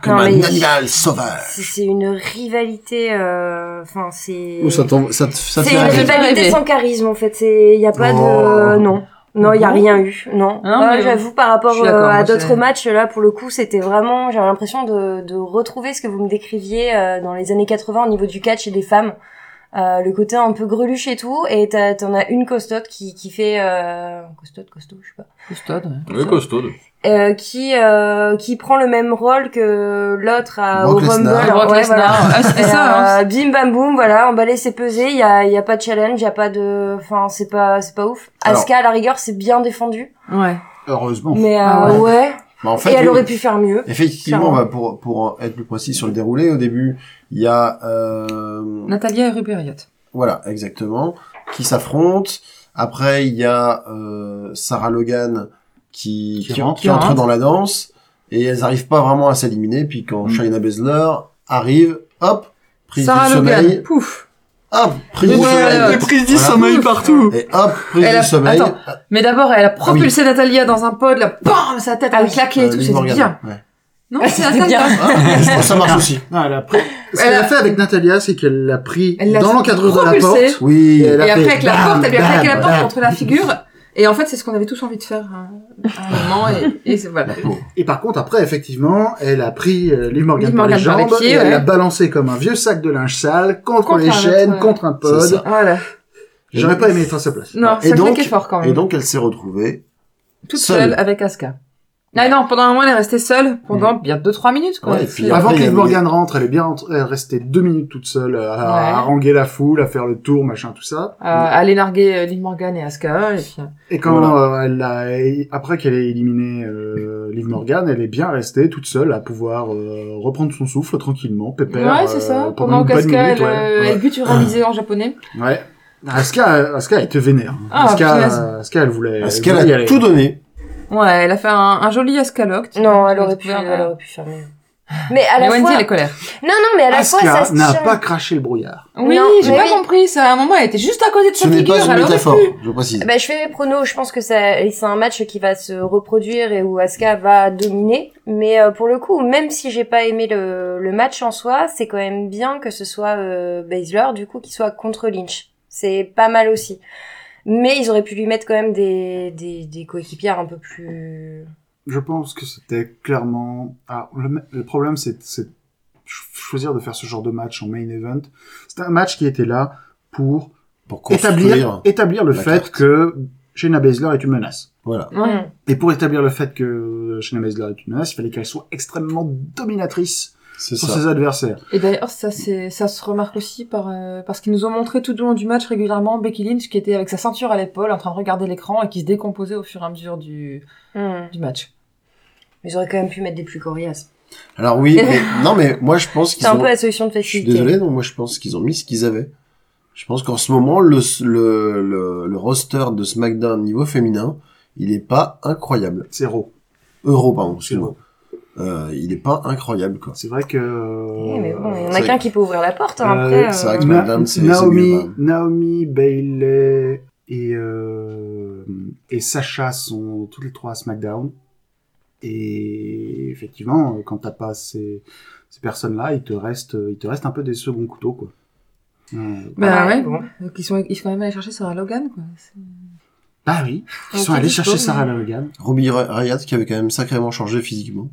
Comme
Non,
un
mais-
animal sauvage.
c'est- C'est une rivalité, euh, enfin, c'est...
Oh, ça, t'en- ça, te- ça te fait
C'est une
rêver.
rire.
rivalité
Rêver.
sans charisme, en fait. C'est, il y a pas
Oh.
de, non. Non, il y a rien eu. Non.
Non,
Bah,
mais-
J'avoue, par rapport
Je suis d'accord,
euh, à
moi,
d'autres
c'est-
matchs, là, pour le coup, c'était vraiment, j'avais l'impression de, de retrouver ce que vous me décriviez euh, dans les années 80 au niveau du catch et des femmes. Euh, le côté un peu greluche et tout, et t'as- t'en as une costote qui, qui fait euh, costote, costaud, je sais pas
Custode. ouais.
Ouais, costaud.
euh, qui euh, qui prend le même rôle que l'autre à au
Brock
Rumble.
Lesnar.
Brock
Ouais,
Lesnar.
voilà.
Ah, c'était
Et,
ça, hein.
euh, bim bam boum, voilà, emballer c'est pesé, il y a, y a pas de challenge, y a pas de, enfin c'est pas c'est pas ouf.
Alors-
Asuka à la rigueur c'est bien défendu,
Ouais.
Heureusement.
mais euh,
Ah
ouais.
ouais.
Bah, en fait,
et elle
oui.
aurait pu faire mieux.
Effectivement,
Clairement.
bah, pour, pour être plus précis sur le déroulé, au début, il y a... Euh,
Natalia et Ruby Riot.
voilà, exactement, qui s'affrontent. Après, il y a euh, Sarah Logan qui,
Qui
qui-
rentre.
qui entre
Qui rentre.
dans la danse, et elles arrivent pas vraiment à s'éliminer. Puis quand
Mm.
Shayna Baszler arrive, hop, prise
Sarah
du sommeil,
Logan. Pouf.
hop, prise du
Ouais,
sommeil,
elle
prises
Voilà.
sommeil
partout.
et hop, prise
Elle a-
du sommeil.
Attends, Mais d'abord, elle a propulsé Natalia dans un pod, là, bam, sa tête
Ah
a
oui.
claqué et
Ah Euh,
tout,
Liv
c'était
Morgan,
bien.
ouais.
Non, c'est la tête,
bien.
hein.
Ah, ça marche aussi.
Non, elle a pris- Ce
Elle
qu'elle a
a-
fait avec Natalia, c'est qu'elle l'a pris
Elle l'a
dans l'encadrement de la
propulsée.
porte.
Oui.
Et elle a
Et après,
fait
avec la
bam,
porte, elle lui a claqué la
bam,
porte
bam.
contre la figure. Et en fait, c'est ce qu'on avait tous envie de faire hein, à un moment. Et, et c'est- voilà.
Et par contre, après, effectivement, elle a pris euh, Liv Morgan,
Liv
par les
Morgan par
jambes
les pieds,
et elle
ouais.
l'a balancé comme un vieux sac de linge sale contre,
Contre
les
un
chaînes,
autre, ouais.
contre un
C'est
pod.
ça.
voilà.
J'aurais pas aimé être à sa place.
Non,
Et
ça
donc-
claquait fort quand
Et
même.
donc, elle s'est retrouvée.
Toute
seule.
seule, avec Aska. Ah non, pendant un mois, elle est restée seule pendant bien 2-3 minutes. Quoi.
Mm. Ouais, et
C'est-
puis après,
Avant que
il y a
Liv
eu-
Morgan rentre, elle est bien rentrée- elle est restée deux minutes toute seule euh, à
Ouais.
haranguer la foule, à faire le tour, machin, tout ça.
euh, aller narguer euh, Liv Morgan et Aska. Et puis, euh,
Et quand euh, elle a, après qu'elle ait éliminé euh, Liv Morgan, elle est bien restée toute seule à pouvoir euh, reprendre son souffle tranquillement, pépère.
ouais, c'est ça.
euh,
pendant
une bonne
qu'Aska,
minute,
elle,
ouais.
euh,
Ouais. Ah.
elle gutturalisait en japonais.
Ouais. Asuka, Asuka, elle te vénère.
Ah, punaise.
Asuka, Asuka, elle voulait.
Parce
Euh, elle
qu'elle
voulait y
a
aller.
tout donné.
Ouais, elle a fait un, un joli Askaloct.
Non, elle aurait pu,
euh,
elle aurait pu faire mieux. Mais à la
Ah. Mais Wendy,
fois,
elle est colère.
non non, mais à la fois ça
Asuka
se
n'a
tient.
pas craché le brouillard.
Oui,
Non,
j'ai
mais
pas
oui.
compris ça. À un moment, elle était juste à côté de
Ce
sa
n'est
figure.
pas une
elle aurait
métaphore,
pu. Ah
je précise.
Bah, je fais mes pronos. Je pense que ça, et c'est un match qui va se reproduire et où Asuka va dominer. Mais euh, pour le coup, même si j'ai pas aimé le, le match en soi, c'est quand même bien que ce soit euh, Baszler, du coup, qui soit contre Lynch. C'est pas mal aussi. Mais ils auraient pu lui mettre quand même des, des, des coéquipières un peu plus...
Je pense que c'était clairement. Ah, le, le problème, c'est c'est de ch- choisir de faire ce genre de match en main event. C'est un match qui était là pour
bah,
Pour
établir,
construire.
établir le
la
fait
carte.
que Shayna Baszler est une menace.
Voilà.
Ouais.
Mm.
Et pour établir le fait que Shayna Baszler est une menace, il fallait qu'elle soit extrêmement dominatrice
C'est
sur
ça.
ses adversaires.
Et d'ailleurs, ça, c'est, ça se remarque aussi par, euh, parce qu'ils nous ont montré tout au long du match régulièrement Becky Lynch qui était avec sa ceinture à l'épaule en train de regarder l'écran et qui se décomposait au fur et à mesure du,
Mm.
du match.
Ils auraient quand même pu mettre des plus coriaces.
Alors oui, mais, non mais moi je pense qu'ils
C'est un
ont...
peu la solution de
Je suis
facilité.
désolé, donc moi je pense qu'ils ont mis ce qu'ils avaient. Je pense qu'en ce moment, le, le, le, le roster de SmackDown niveau féminin, il est pas incroyable.
C'est raw.
Euro, pardon,
C'est
excuse-moi. Euh, il est pas incroyable, quoi.
C'est vrai que.
Oui, Eh, mais bon, il
C'est
y en a
vrai
qu'un
que-
qui peut ouvrir la porte, hein,
Euh,
après.
c'est vrai que
euh,
tu Madame, c'est- c'est
Naomi,
mieux, hein.
Naomi, Bailey et, euh, et Sacha sont toutes les trois à SmackDown. Et effectivement, quand t'as pas ces, ces personnes-là, il te reste, il te reste un peu des seconds couteaux, quoi. Euh,
Bah ouais.
bon.
Donc ils sont, ils sont quand même allés chercher Sarah Logan, quoi. C'est-
bah oui, ils
Ok,
sont allés
dispo,
chercher
mais-
Sarah Logan.
Ruby Riot qui avait quand même sacrément changé physiquement.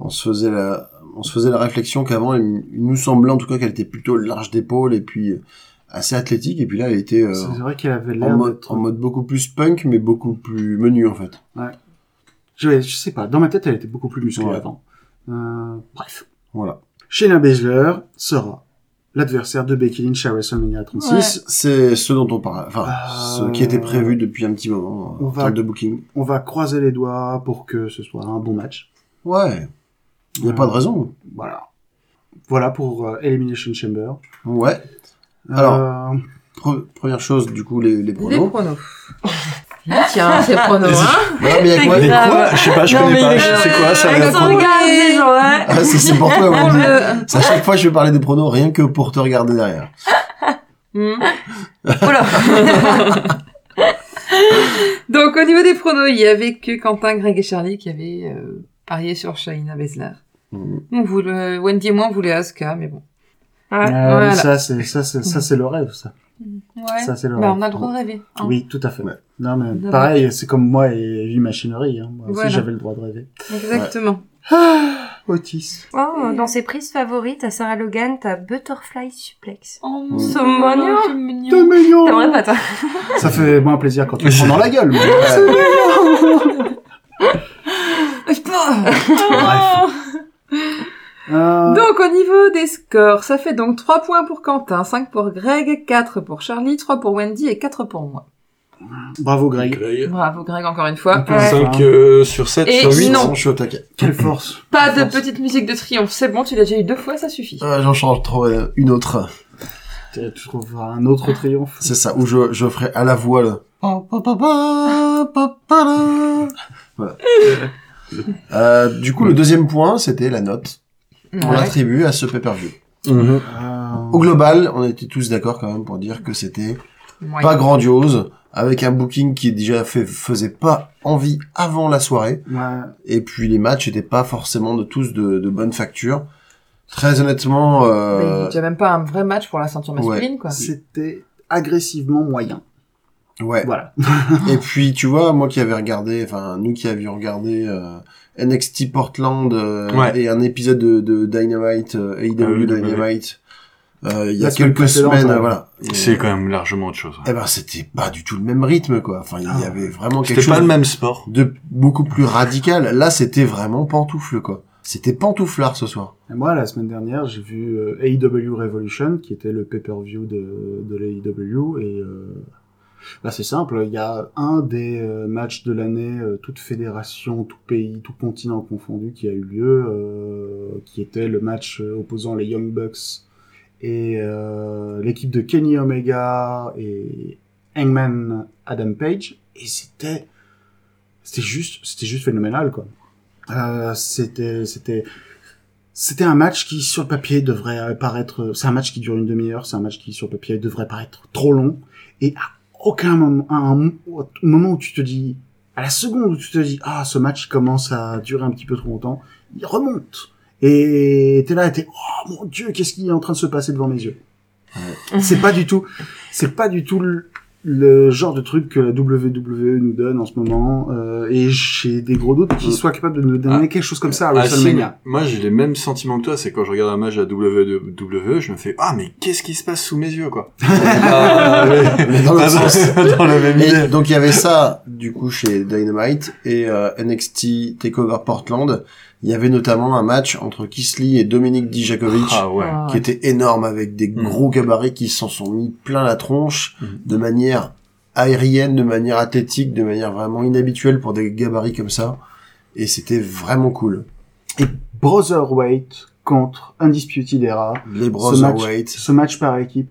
On se faisait la, on se faisait la réflexion qu'avant, il, il nous semblait en tout cas qu'elle était plutôt large d'épaule et puis euh, assez athlétique. Et puis là, elle était euh,
C'est vrai qu'elle avait
en,
l'air
mode,
d'être...
en mode beaucoup plus punk, mais beaucoup plus menu en fait.
Je, je sais pas, dans ma tête, elle était beaucoup plus musclée
Ouais.
avant. Euh, bref.
Voilà.
Shayna Baszler sera l'adversaire de Becky Lynch à WrestleMania 36.
C'est ce dont on parle, enfin,
Euh,
ce qui était prévu depuis un petit moment
on
en
va-
termes de booking.
On va croiser les doigts pour que ce soit un bon match.
Ouais. Il n'y a
Ouais.
pas de raison.
Voilà. Voilà pour euh, Elimination Chamber. Euh,
Ouais. Alors. Pre- première chose, du coup, les, les pronos.
Les pronos. Tiens, c'est pronos,
Les-
hein.
Non, mais il y a quoi
C'est
Mais
grave.
quoi Je sais pas, je
Non,
connais
mais
pas.
il
Je
est-
sais quoi, ça va
Avec son
prendre.
regard, les gens,
hein.
ouais.
Ah, c'est c'est pour toi, Wendy. C'est À chaque fois, je vais parler des pronos rien que pour te regarder derrière.
Hmm. Voilà. Donc au niveau des pronos, il y avait que Quentin, Greg et Charlie qui avaient euh, parié sur Shaina Besler.
Hmm.
Mm.
On voulait- Wendy et moi on voulait Asuka, mais bon.
Euh,
Ouais.
mais
Ah, Voilà.
Ça, c'est ça, c'est ça, c'est le rêve, ça.
Ouais.
Ça, c'est le
Bah,
rêve.
on a le droit de rêver. hein.
Oui, tout à fait.
Ouais.
Non, mais
D'abord.
pareil, c'est comme moi et vie machinerie. Hein. Moi aussi,
Voilà.
j'avais le droit de rêver.
Exactement.
Otis.
Oh, dans ses prises favorites, à Sarah Logan, t'as Butterfly Suplex.
Oh,
Mm.
C'est mignon.
c'est
T'es
mignon.
mignon
T'aimerais pas, toi
Ça fait moins plaisir quand tu le prends dans la gueule. mais-
Oh,
Euh,
Donc au niveau des scores, ça fait donc 3 points pour Quentin, 5 pour Greg, 4 pour Charlie, 3 pour Wendy et 4 pour moi.
Bravo, Greg.
Bravo Greg encore une fois. Euh,
Ouais.
5 euh, sur 7,
Et
sur 8.
non.
Je suis au taquet.
Quelle force.
Pas de
Quelle force.
petite musique de triomphe, c'est bon, tu l'as déjà eu deux fois, ça suffit.
Euh, J'en change trop euh, une autre.
Tu tu trouveras un autre triomphe.
C'est ça, où je, je ferai à la voix, là. Pa, pa, pa, pa, pa, pa, la. Voilà. Euh, du coup, le deuxième point, c'était la note qu'on
Ouais.
attribue à ce pay-per-view.
Euh,
Au global, on était tous d'accord quand même pour dire que c'était
Ouais.
pas grandiose, avec un booking qui déjà fait, faisait pas envie avant la soirée,
ouais.
et puis les matchs étaient pas forcément de tous de, de bonne facture. Très honnêtement,
Mais
euh,
il y a même pas un vrai match pour la ceinture masculine, quoi.
C'était agressivement moyen.
ouais.
Voilà.
Et puis tu vois, moi qui avais regardé, enfin nous qui avions regardé euh, NXT Portland euh,
Ouais.
et un épisode de, de Dynamite, euh, AEW
Ah oui,
Dynamite, euh, il y a
La semaine
quelques
précédente,
semaines,
ouais.
euh, voilà. Et-
C'est quand même largement autre chose.
Eh ben c'était pas du tout le même rythme quoi. Enfin il y
Ah.
avait vraiment quelque
C'était
chose
pas le même sport.
de beaucoup plus radical. Là c'était vraiment pantoufle quoi. C'était pantouflard ce soir.
Et moi, la semaine dernière, j'ai vu euh, AEW Revolution, qui était le pay-per-view de, de l'AEW. Et euh, bah, c'est simple, il y a un des euh, matchs de l'année, euh, toute fédération, tout pays, tout continent confondu, qui a eu lieu, euh, qui était le match euh, opposant les Young Bucks et euh, l'équipe de Kenny Omega et Hangman Adam Page. Et c'était c'était juste c'était juste phénoménal quoi. Euh, c'était c'était c'était un match qui, sur le papier, devrait euh, paraître... C'est un match qui dure une demi-heure, c'est un match qui, sur le papier, devrait paraître trop long. Et à aucun moment, à un mo- au moment où tu te dis... À la seconde où tu te dis « Ah, ce match commence à durer un petit peu trop longtemps », il remonte. Et t'es là, et t'es « Oh mon Dieu, qu'est-ce qui est en train de se passer devant mes yeux C'est pas du tout... C'est pas du tout le, le genre de truc que la WWE nous donne en ce moment. euh, et j'ai des gros doutes qu'ils soient capables de nous donner quelque chose comme ça à
Ah, si,
WrestleMania.
mais moi j'ai les mêmes sentiments que toi, c'est quand je regarde un match à WWE, je me fais ah mais qu'est-ce qui se passe sous mes yeux quoi. Ah, ouais.
Mais dans l'autre
Ah, bah,
sens.
dans la même idée.
Et donc il y avait ça du coup chez Dynamite et euh, NXT Takeover Portland. Il y avait notamment un match entre Kisly et Dominic Dijakovic
Ah Hmm. ouais.
Ah,
qui était énorme avec des gros gabarits qui s'en sont mis plein la tronche
Mm.
de manière aérienne, de manière athlétique, de manière vraiment inhabituelle pour des gabarits comme ça. Et c'était vraiment cool.
et Brotherweight contre Undisputed Era.
Les
Ce match,
Brotherweight.
ce match par équipe.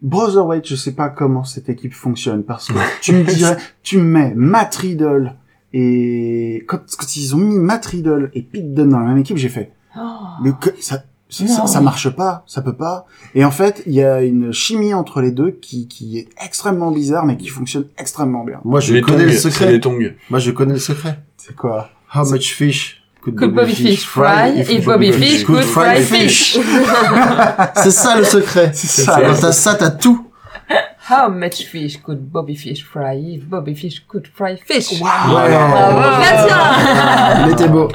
Brotherweight, je sais pas comment cette équipe fonctionne parce que tu me dirais, tu mets Matt Riddle et quand, quand ils ont mis Matt Riddle et Pete Dunne dans la même équipe, j'ai fait,
Oh,
mais que- ça, ça, ça- ça marche pas, ça peut pas. Et en fait, il y a une chimie entre les deux qui, qui est extrêmement bizarre mais qui fonctionne extrêmement bien.
Moi je
les tongs,
connais le
c'est les
secret.
tongs.
Moi je connais le secret.
C'est quoi?
How much fish could,
Could Bobby Fish fry
if
et Bobby Fish could fry fish.
C'est ça le secret.
C'est
ça.
Quand t'as ça, t'as tout.
How much fish could Bobby Fish fry if Bobby Fish could fry fish? Oh, Ah
Voilà.
Tiens
Il était beau.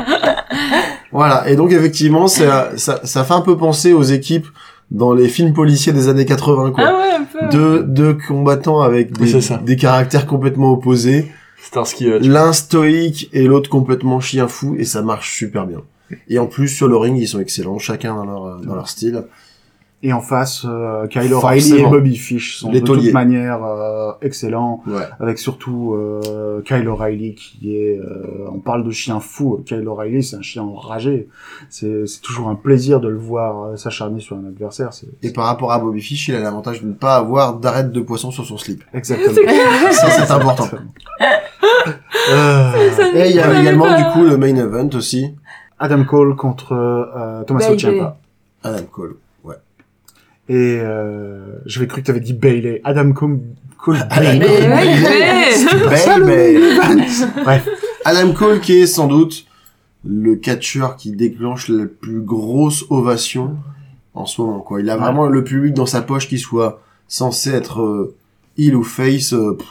Voilà. Et donc, effectivement, ça, ça, ça fait un peu penser aux équipes dans les films policiers des années 80,
Ah
quoi.
ouais, un peu.
Deux, deux combattants avec
Oui,
des,
c'est ça.
des caractères complètement opposés.
Starsky Hutch.
L'un stoïque et l'autre complètement chien fou et ça marche super bien. Et en plus, sur le ring, ils sont excellents, chacun dans leur, euh, dans leur style.
Et en face, euh, Kyle
Forcément.
O'Reilly et Bobby Fish sont
Les
de toute
tauliers.
manière euh, excellents,
Ouais.
avec surtout euh, Kyle O'Reilly qui est... euh, on parle de chien fou, Kyle O'Reilly c'est un chien enragé. C'est c'est toujours un plaisir de le voir euh, s'acharner sur un adversaire. C'est
Et par rapport à Bobby Fish, il a l'avantage de ne pas avoir d'arête de poisson sur son slip.
exactement.
Ça, c'est important.
Euh,
Et Eh, il y a également, du coup, le main event aussi.
Adam Cole contre euh, Thomas
Bailey.
Ciampa.
Adam Cole.
Et euh, je vais cru que t'avais dit Bailey. Adam Com- Cole.
Adam
Bailey.
Cole. Bailey.
Bref.
Adam Cole qui est sans doute le catcheur qui déclenche la plus grosse ovation en ce moment quoi. Il a vraiment le public dans sa poche qui soit censé être euh, heel ou face. euh, pff,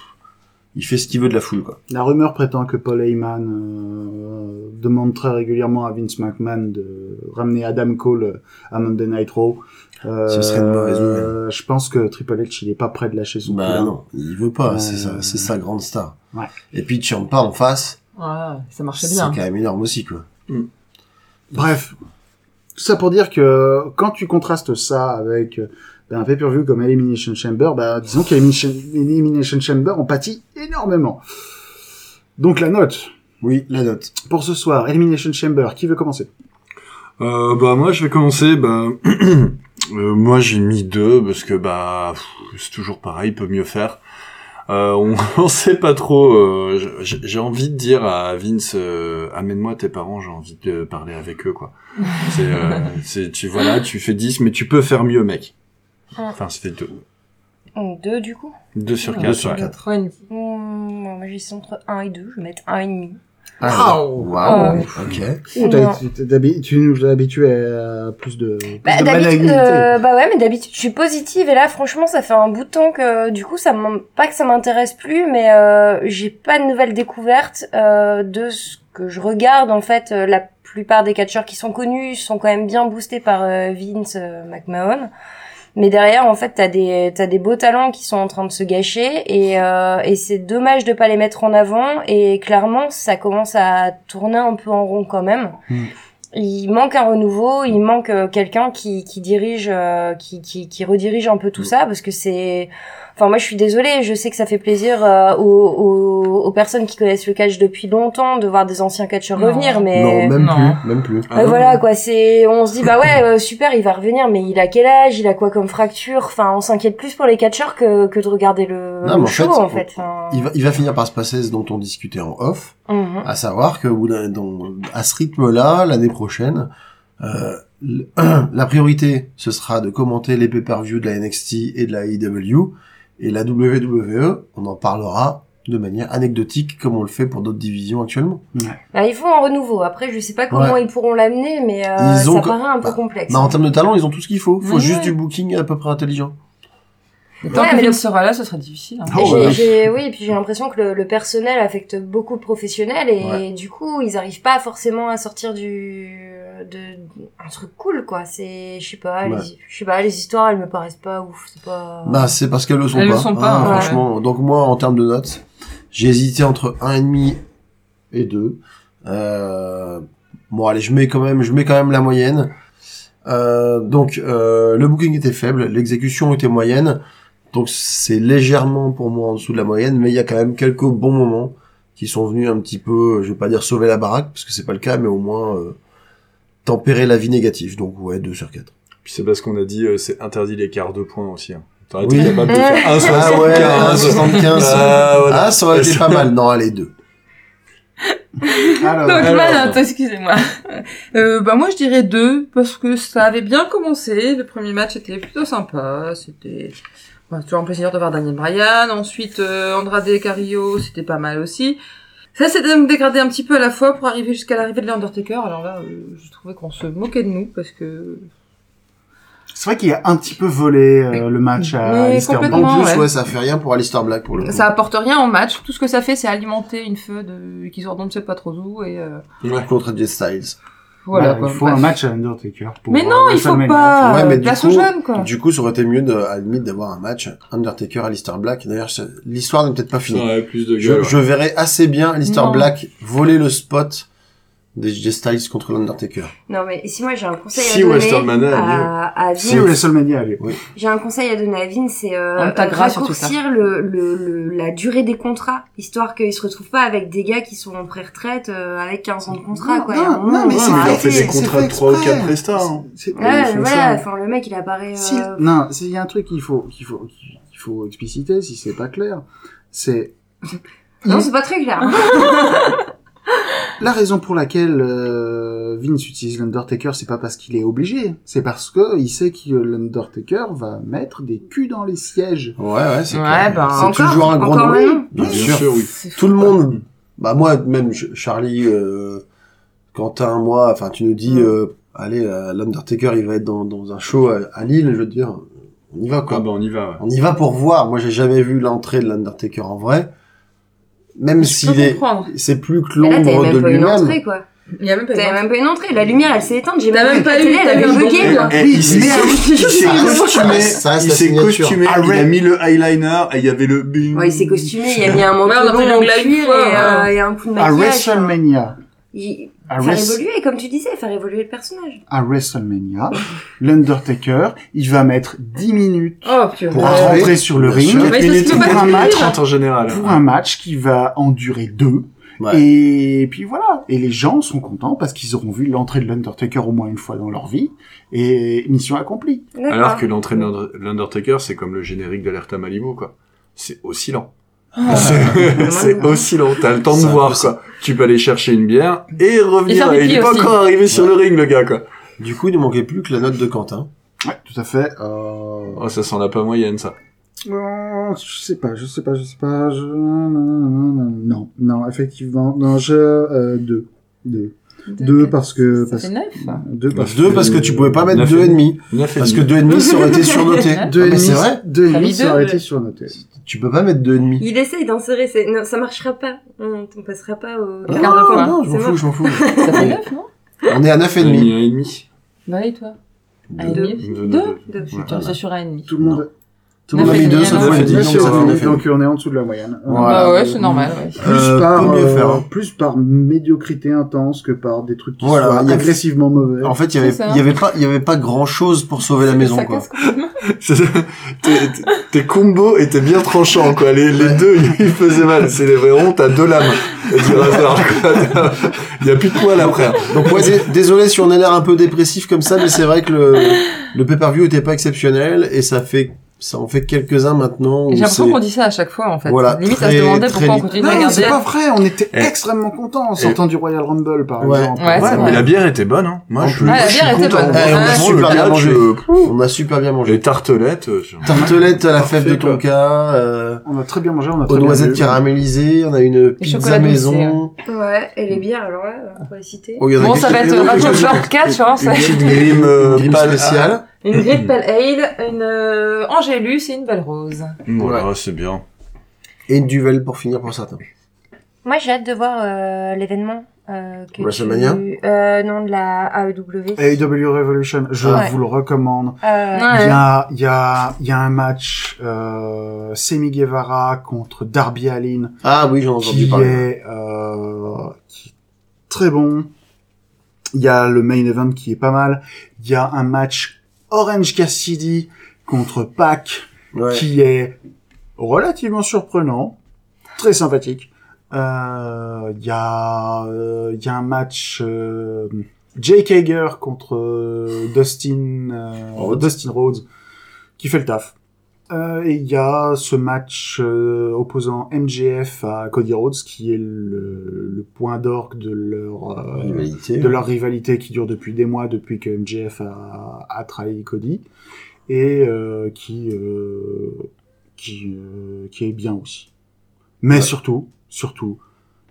il fait ce qu'il veut de la foule quoi.
La rumeur prétend que Paul Heyman euh, demande très régulièrement à Vince McMahon de ramener Adam Cole euh, à Monday Night Raw. Euh,
Ce serait une mauvaise nouvelle.
euh, Je pense que Triple H il est pas prêt de lâcher son
Bah
poulain.
non, il veut pas.
Euh,
C'est sa, c'est sa grande star.
Ouais.
Et puis Ciampa en face,
Voilà, ça marchait
c'est
bien.
quand même énorme aussi quoi.
Bref, tout ça pour dire que quand tu contrastes ça avec euh, ben, un pay-per-view comme Elimination Chamber, bah, disons qu'Elimination Elimination Chamber en pâtit énormément. Donc la note
Oui, la note.
pour ce soir, Elimination Chamber, qui veut commencer
Euh, bah moi je vais commencer. Bah euh, moi j'ai mis deux parce que bah pff, c'est toujours pareil, peut mieux faire. Euh, on, on sait pas trop. euh, j- j- j'ai envie de dire à Vince, euh, amène-moi tes parents. J'ai envie de parler avec eux quoi. C'est, euh, c'est tu voilà, tu fais 10 mais tu peux faire mieux mec. Enfin c'était deux,
Donc, Deux, du coup.
deux sur
Ouais,
quatre. ouais.
Ouais, une-
Mmh, moi, je suis entre 1 et 2, je vais mettre 1,5.
Ah,
Wow.
waouh, Ok.
Oh, t'as-
Non.
t'es- t'es habi- Tu nous as habitué à plus de, plus
Bah,
de
d'habitude,
banalité.
euh, bah ouais, mais d'habitude, je suis positive et là, franchement, ça fait un bout de temps que, du coup, ça m'en- pas que ça m'intéresse plus, mais euh, j'ai pas de nouvelles découvertes euh, de ce que je regarde. En fait, euh, la plupart des catcheurs qui sont connus sont quand même bien boostés par euh, Vince euh, McMahon. Mais derrière, en fait, t'as des t'as des beaux talents qui sont en train de se gâcher et euh, et c'est dommage de pas les mettre en avant. Et clairement, ça commence à tourner un peu en rond quand même.
Mm.
Il manque un renouveau, il manque euh, quelqu'un qui qui dirige, euh, qui, qui qui redirige un peu tout
Mm.
ça parce que c'est. Enfin, moi, je suis désolée. Je sais que ça fait plaisir euh, aux, aux aux personnes qui connaissent le catch depuis longtemps de voir des anciens catcheurs
Non.
revenir, mais
Non, Ah même
Non.
plus, même plus.
euh, voilà quoi, c'est on se dit bah ouais euh, super il va revenir mais il a quel âge, il a quoi comme fracture, enfin on s'inquiète plus pour les catcheurs que, que de regarder le,
Non,
le
mais en
show
fait,
en
on-
fait. Enfin,
Il va, il va finir par se passer ce dont on discutait en off.
mhm.
À savoir que au bout d'un- dans- à ce rythme-là, l'année prochaine, euh, le- la priorité, ce sera de commenter les pay-per-view de la NXT et de la IW. Et la WWE, on en parlera de manière anecdotique comme on le fait pour d'autres divisions actuellement.
Bah, il faut un renouveau. Après je sais pas comment
Ouais.
ils pourront l'amener mais euh,
Ils ont
ça
co-
paraît un peu
bah,
complexe.
Mais en termes de talent, ils ont tout ce qu'il faut. Faut
Ouais,
juste
ouais.
du booking à peu près intelligent.
Mais Tant
Ouais,
que
mais le-
Vince sera là, ce sera difficile. hein.
Oh,
J'ai-
voilà.
j'ai- oui, et puis j'ai l'impression que le, le personnel affecte beaucoup le professionnel et du coup ils arrivent pas forcément à sortir du de un truc cool quoi. C'est je sais pas,
Ouais.
les- je sais pas les histoires elles me paraissent pas ouf, c'est pas.
Bah, c'est parce qu'elles le sont
Euh, Elles
pas.
le sont pas,
hein,
ouais.
Franchement, donc moi, en termes de notes, j'ai hésité entre 1,5 et 2. Euh, bon, allez, je mets quand même, je mets quand même la moyenne. Euh, donc, euh, le booking était faible, l'exécution était moyenne. Donc, c'est légèrement pour moi en dessous de la moyenne, mais il y a quand même quelques bons moments qui sont venus un petit peu, je vais pas dire sauver la baraque, parce que c'est pas le cas, mais au moins, euh, tempérer la vie négative. Donc, ouais, 2 sur 4.
Puis c'est parce qu'on a dit euh, c'est interdit l'écart de points aussi. Hein. T'aurais
Oui.
été capable de faire un
Ah ouais,
75.
1,75.
Ah, voilà.
Ah, ça aurait été
Ça-
pas mal. Non, allez, deux.
Alors, Ah
Donc
Alors.
ma note, excusez-moi. Euh, bah moi je dirais deux parce que ça avait bien commencé. Le premier match était plutôt sympa. C'était bah, toujours un plaisir de voir Daniel Bryan. Ensuite euh, Andrade Carrillo, c'était pas mal aussi. Ça s'est donc dégradé un petit peu à la fois pour arriver jusqu'à l'arrivée de l'Undertaker. Alors là, euh, je trouvais qu'on se moquait de nous parce que
c'est vrai qu'il a un petit peu volé euh, le match à
Mais
Easter
complètement.
En
Non,
plus,
ouais.
ouais. ça fait rien pour Alistair Black pour le coup.
ça apporte rien au match. Tout ce que ça fait, c'est alimenter une feu de qui sort d'on ne sait pas trop où et euh,
Ah, Ouais.
Contre Jet Styles. Bah,
voilà.
Bah, il
quoi.
faut
Bref.
un match à Undertaker pour
Mais non,
euh,
il faut
WrestleMania.
pas.
Ouais, mais
euh,
du
place
coup-
aux jeunes quoi.
Du coup, ça aurait été mieux, de, à la limite, d'avoir un match Undertaker, Alistair Black. D'ailleurs, ça- l'histoire n'est peut-être pas finie.
Ouais, plus de
je,
gueule.
je verrais assez bien Alistair
Non.
Black voler le spot des J.J. Styles contre l'Undertaker.
Non, mais si moi j'ai un conseil
Si
à donner
WrestleMania a lieu.
à, à
Si
Vince,
WrestleMania a lieu.
j'ai un conseil à donner à Vin, c'est euh,
On t'agra sur tout ça.
raccourcir le, le, le- la durée des contrats, histoire qu'ils se retrouvent pas avec des gars qui sont en pré-retraite euh, avec 15 ans de contrat, quoi. Il y a un
Non,
moment
non, mais
où
c'est
on
mais
va
fait,
leur fait
arrêter.
des contrats de trois ou quatre prestats, hein.
Ouais,
Ils font
voilà,
ça.
enfin, le mec il apparaît. euh,
Si- Non, c'est- il y a un truc qu'il faut, qu'il faut, qu'il faut expliciter si c'est pas clair. C'est
Hmm.
Non, c'est pas très clair.
la raison pour laquelle euh, Vince utilise l'Undertaker, c'est pas parce qu'il est obligé, c'est parce que il sait que l'Undertaker va mettre des culs dans les sièges.
Ouais, ouais, c'est
Ouais,
clair.
ben,
c'est
encore-
toujours un grand
encore
nom.
maintenant.
Bien
Bien
sûr.
sûr, oui.
Tout le monde, bah moi même Ch- Charlie, euh, Quentin, moi, enfin tu nous dis, euh, allez, euh, l'Undertaker il va être dans, dans un show à, à Lille, je veux dire, on y va quoi.
Ah bah on y va. ouais.
On y va pour voir. Moi j'ai jamais vu l'entrée de l'Undertaker en vrai, même
Je peux
s'il est,
comprendre.
c'est plus que
Mais là,
l'ombre
t'avais
de
même pas une entrée,
lui-même.
quoi.
Il y a même pas
T'avais
eu
même pas une entrée. La lumière, elle s'est éteinte. J'ai
T'as même
même
pas
pas
eu-
télé,
t'as
elle
eu
avait
un bordel.
bugué. là.
Eh, il s'est costumé,
Ça reste
il
la
s'est
signature.
costumé,
Ah
il
ouais.
a mis le eyeliner et il y avait le bing.
Ouais, il s'est costumé, il a mis un manteau
Ouais, on a pris
long en
l'onglet une
cuir et,
fois,
euh,
hein.
et un coup de
Ah,
À
maquillage.
WrestleMania,
Il-
à,
Faire
Wres-
évoluer, comme tu disais, faire évoluer le personnage.
à WrestleMania, l'Undertaker, il va mettre 10 minutes
Oh, purée.
pour
Ouais.
rentrer sur le
Ah Bien
ring
sûr.
Mais ça se peut
pour
pas
un
se
match
dire.
30 en général.
pour un match qui va en durer deux.
Ouais.
Et puis voilà. Et les gens sont contents parce qu'ils auront vu l'entrée de l'Undertaker au moins une fois dans leur vie. Et mission accomplie.
D'accord.
Alors que l'entrée de l'Under- l'Undertaker, c'est comme le générique d'Alerta Malibu, quoi. C'est aussi lent. C'est c'est aussi lent. T'as le temps de
C'est
voir,
impossible.
quoi. Tu peux aller chercher une bière et revenir.
Et faire
Et
pipi
il est pas
aussi.
encore arrivé sur le ring, le gars, quoi.
Du coup il ne manquait plus que la note de Quentin.
Ouais, tout à fait.
Euh,
Oh, ça sent la pas moyenne, ça.
Non, je sais pas, je sais pas, je sais pas. Je... Non, non, non, non, non, effectivement, non, je euh, deux, deux, deux parce que
Ça
parce...
fait neuf.
deux parce
Bah, Deux parce que tu pouvais pas mettre
Neuf
deux
et
et demi
Neuf et
parce que
demi.
deux et demi ça aurait été
deux
surnoté. Ah,
et
mais
demi,
c'est vrai.
deux et
T'as
demi,
mis
ça
deux, euh,
aurait
mais-
été surnoté.
Tu peux pas mettre deux et demi.
Il essaye d'insérer, ses... non, ça marchera pas. On, on passera pas au
Ah, Non,
quart de
non,
fois.
non, je m'en
C'est
fous,
mort.
je m'en fous.
Ça fait
Ouais.
neuf, non
On est à neuf et demi.
Un et demi.
Bah, et toi Un et
Deux.
demi
Deux, deux,
Deux
deux.
Ouais.
Tu me sur un et demi.
Tout le monde,
Tout le monde a mis deux, ça
Neuf et
fait
demi,
dix,
Neuf
donc
et
ça fait
demi,
neuf et
donc
demi.
on est en dessous de la moyenne.
Voilà.
Bah ouais, c'est normal, ouais.
Plus
Euh,
par
peut mieux
euh,
faire, hein.
plus par médiocrité intense que par des trucs qui
Voilà, il y
soient
a-
agressivement mauvais.
En fait, il y avait,
C'est ça.
il y avait pas, il y avait pas grand chose pour sauver la maison,
Ça
quoi.
casse complètement.
C'est ça. Tes- tes- Tes combos étaient bien tranchants, quoi. Les, les deux, ils faisaient mal. C'est les vrais ronds, t'as deux lames. Et du hasard, quoi. Il y a plus de poils après. hein.
Donc ouais, dé- désolé si on a l'air un peu dépressif comme ça, mais c'est vrai que le, le pay-per-view était pas exceptionnel et ça fait, ça en fait quelques-uns maintenant. où
J'ai l'impression
c'est-
qu'on dit ça à chaque fois, en fait.
Voilà,
Limite,
très-
à se demander
très
pourquoi on
lit-
continue de
non,
regarder.
c'est pas vrai, on était
Eh.
extrêmement contents en sortant du Royal Rumble, par
Ouais.
exemple.
Ouais, c'est
Ouais,
vrai.
mais la bière était bonne, hein. Moi,
En
je,
plus.
Ah, la
je suis
bière était
content.
bonne.
Moi,
Eh, on a
franchement,
super
le
bien
catch,
mangé.
euh,
On a super bien mangé.
les tartelettes, euh, je-
Tartelette à la
Parfait,
fève de
quoi.
tonka, euh,
On a très bien mangé, on a très
aux
bien
noisettes
bu.
caramélisées, on a une pizza
chocolats doucés,
maison.
Ouais, et les bières, alors là, euh, pour les citer.
Oh, il y en a
Bon,
quelques-
ça va
il y
être
en a
Radio
quelques-
Short Catch, hein.
une
c'est-
petite grime, euh,
Grime
pâle-
spéciale.
Une Great Pale Ale, une euh, Angélus et une Belle Rose.
Voilà, c'est bien.
Et une duvel pour finir pour certains.
Moi, j'ai hâte de voir l'événement.
tu- WrestleMania E
Non, de la AEW.
AEW E Revolution, je
Ouais.
vous le recommande.
Euh,
Il y a, il y a, il y a un match, euh, Semi Guevara contre Darby Allin,
Ah oui, j'en ai entendu
qui
parler.
est, euh, qui est très bon. Il y a le main event qui est pas mal. Il y a un match Orange Cassidy contre Pac,
Ouais.
qui est relativement surprenant, très sympathique. Euh, Il y a, euh, il y a un match euh, Jake Hager contre euh, Dustin euh,
Rhodes.
Dustin Rhodes qui fait le taf. Euh, et il y a ce match euh, opposant MJF à Cody Rhodes qui est le, le point d'orgue de leur euh,
Rivalité.
de leur rivalité qui dure depuis des mois, depuis que MJF a, a trahi Cody, et euh, qui, euh, qui, euh, qui est bien aussi. Mais
Ouais.
surtout, surtout,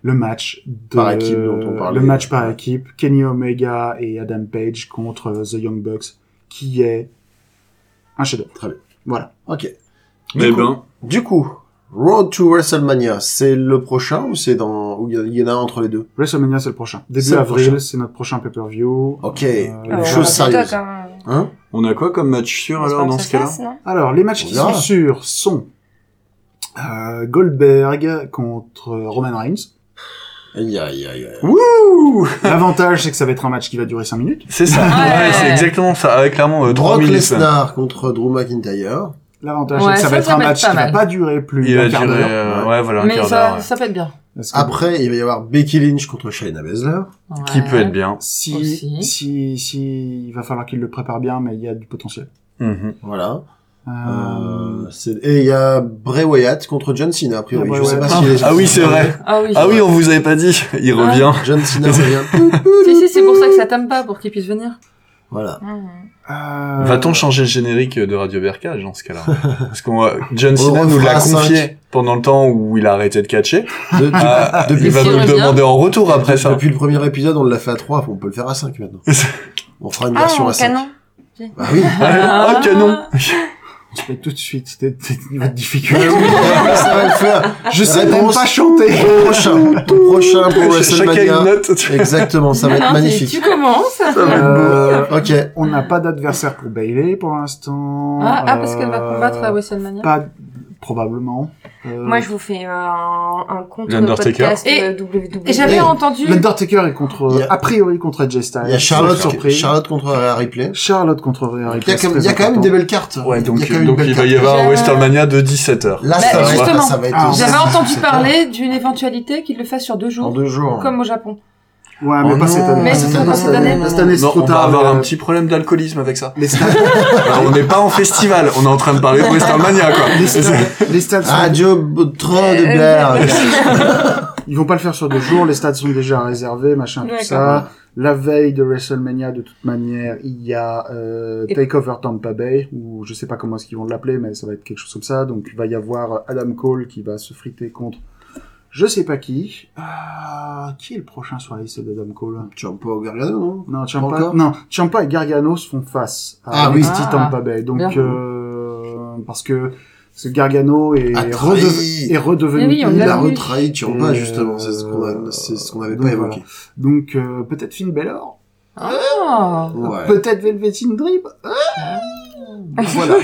le match de,
Par équipe dont on parlait.
le match par équipe, Kenny Omega et Adam Page contre euh, The Young Bucks, qui est un chef-d'œuvre.
Très bien.
Voilà.
Ok. Du
Eh
coup-
ben,
Du coup, Road to WrestleMania, c'est le prochain ou c'est dans ou il y a- il y, en a un entre les deux
WrestleMania, c'est le prochain. Début
C'est le prochain. Oh.
avril, c'est notre prochain pay-per-view.
Ok.
Euh,
Ah,
Une
les
chose
choses
sérieuse. Hein
on a quoi comme match sûr Ah, alors dans ce cas-là
Alors, les matchs qui
On verra.
sont sûrs sont euh, Goldberg contre Roman euh, Reigns.
Aïe, aïe, aïe, aïe.
Wouh
L'avantage, c'est que ça va être un match qui va durer 5 minutes.
C'est ça. Ouais,
Ouais.
c'est exactement ça. Avec clairement euh, trois
Brock
minutes.
Lesnar contre Drew McIntyre.
L'avantage,
Ouais,
c'est que ça,
ça
va être
devrait
un
être
match
pas
qui va
mal.
pas durer plus
Il
d'un
va
quart
durer,
d'heure.
euh, ouais, voilà, un
Mais
quart
ça,
d'heure.
ça peut être bien.
Parce que
Après, il va y avoir Becky Lynch contre Shayna Baszler.
Qui
Ouais.
peut être bien.
si,
Aussi.
si, si, il va falloir qu'il le prépare bien, mais il y a du potentiel.
Mhm.
Voilà.
Euh,
Euh, c'est- et il y a Bray Wyatt contre John Cena, a priori.
Ah,
Je
Bray
sais pas
Wyatt.
s'il est-
Ah oui, c'est vrai.
Ah oui.
Ah oui, on vous avait pas dit. Il
Ah.
revient.
John Cena revient.
Si, si, c'est pour ça que ça t'aime pas, pour qu'il puisse venir.
Voilà.
Ah,
euh,
Va-t-on changer le générique de Radio Bercage dans ce cas-là Parce qu'on va- John
On
Cena nous
refera
l'a
cinq.
confié pendant le temps où il a arrêté de catcher.
De- de-
Ah,
depuis
il va
qu'il
nous le
revient.
demander en retour après
depuis,
ça.
le premier épisode, on l'a fait à 3, on peut le faire à 5 maintenant. On fera une
Ah,
version
en
à 5.
canon.
Bah oui.
Ah, oh, canon
On se met tout de suite des, des niveaux de
Ah
difficulté.
ça va le faire.
Je sais même
Bah Réponse.
pas chanter.
Ton prochain. Ton prochain pour
Chacun une
WrestleMania.
note. tu-
Exactement, ça va être
Ah,
magnifique.
t'es- Tu commences
Euh,
Ok.
on n'a pas d'adversaire pour Bailey pour l'instant.
Ah, ah, parce qu'elle va
Euh,
combattre à WrestleMania.
Pas probablement. Euh,
Moi, je vous fais euh, un, un compte
L'Undertaker.
podcast
Et-
euh, WWE.
Et j'avais
Oui.
entendu.
L'Undertaker est contre,
Il y a-
a... priori contre Jay Styles.
Il y a Charlotte,
Sauf surprise.
Charlotte contre Rhea Ripley.
Charlotte contre Rhea
Il y
Ripley.
a,
c'est
quand-
très
il y a quand même
important.
des belles cartes.
Ouais, donc,
il y a quand même
donc
une belle
il va
carte.
y avoir un
J'ai-
Westernmania de 17h.
Là,
Bah,
ça, va,
justement.
ça va être.
Ah,
J'avais entendu
c'est-
parler d'une éventualité qu'il le fasse sur deux
En
jours, hein.
deux jours.
comme au Japon.
Ouais, mais
Oh
pas cette
non.
année.
Mais
Ah,
ce sera pas cette année.
Cette année, c'est
Non,
trop
on
tard.
va avoir
euh.
mais-
un petit problème d'alcoolisme avec ça.
Les stades,
Alors, on n'est pas en festival, on est en train de parler de Westernmania, quoi.
les stades, les stades sont-
Radio Train de
Euh,
Berg.
ils vont pas le faire sur deux jours, les stades sont déjà réservés, machin, tout
D'accord.
ça. La veille de WrestleMania, de toute manière, il y a euh,
Et-
Takeover Tampa Bay, ou je sais pas comment est-ce qu'ils vont l'appeler, mais ça va être quelque chose comme ça. Donc il va y avoir Adam Cole qui va se friter contre je sais pas qui. Ah, qui est le prochain sur la liste d'Adam Cole
Tu vas pas regarder, non
Non, Ciampa,
Encore
non, Ciampa et Gargano se font face à
Ah oui.
NXT
Ah.
Tampa Bay. Donc,
Bien.
euh, parce que ce Gargano est,
A trahi.
redev- est redevenu
Mais oui, on
heel.
Il a
l'a vu.
retrahi Ciampa,
Et,
justement. C'est ce qu'on
euh,
a- c'est ce qu'on avait
donc
pas évoqué.
Donc, euh, peut-être Finn Balor
Ah.
Ouais.
Peut-être Velveteen Dream
Oh.
Voilà.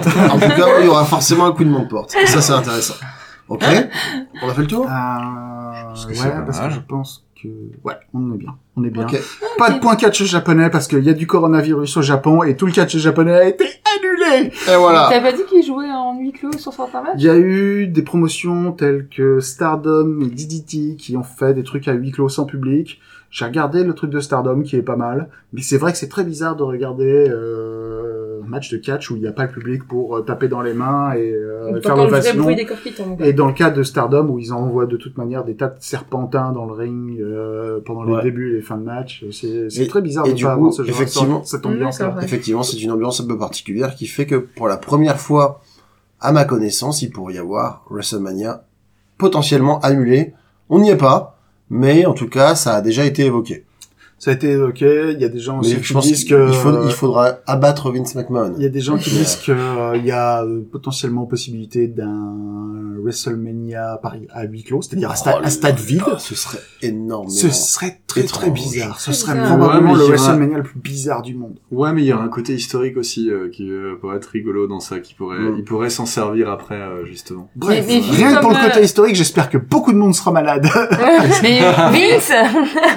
En tout cas, il y aura forcément un coup de monte-porte. Et Ça, c'est intéressant. Ok On a fait le tour
Euh,
Parce que c'est
ouais,
pas
parce que
mal.
je pense que... Ouais, on est bien. On est bien.
Ok.
Pas de point catch japonais parce qu'il y a du coronavirus au Japon et tout le catch japonais a été annulé.
Et voilà.
T'as pas dit qu'il jouait en huis clos sur certains matchs
Il y a eu des promotions telles que Stardom et DDT qui ont fait des trucs à huis clos sans public. J'ai regardé le truc de Stardom qui est pas mal, mais c'est vrai que c'est très bizarre de regarder euh, un match de catch où il n'y a pas le public pour euh, taper dans les mains et euh, faire
T'entends le vrai
l'ovation.
bruit des corpites, en
Et dans le cas de Stardom, où ils envoient de toute manière des tas de serpentins dans le ring euh, pendant les
Ouais.
débuts et les fins de match, euh, c'est c'est
Et-
très bizarre
et
de
du
pas
coup,
avoir ce genre
effectivement-
cette ambiance-là.
D'accord. Ouais.
Effectivement, c'est une ambiance un peu particulière qui fait que pour la première fois, à ma connaissance, il pourrait y avoir WrestleMania potentiellement annulé. On n'y est pas, mais en tout cas, ça a déjà été évoqué.
Ça a été évoqué. Il y a des gens
Mais
aussi
je
qui
pense
disent
qu'il
que
il faut- il faudra abattre Vince McMahon.
il y a des gens qui
Ouais.
disent que euh, il y a euh, potentiellement possibilité d'un WrestleMania à Paris à huis clos, c'est-à-dire à, sta-
Oh
à stade vide.
là, Ce serait énorme.
Ce serait très très
Étrange.
bizarre. Ce
Très
serait
bizarre.
Ouais, mais
probablement le
il y aura-
WrestleMania le plus bizarre du monde.
Ouais, mais il y a un côté historique aussi euh, qui euh, pourrait être rigolo dans ça, qui pourrait,
Mm.
il pourrait s'en servir après, euh, justement.
Bref,
mais vu
rien que pour
comme,
le côté
euh,
historique, j'espère que beaucoup de monde sera malade.
Ah
Mais
Vince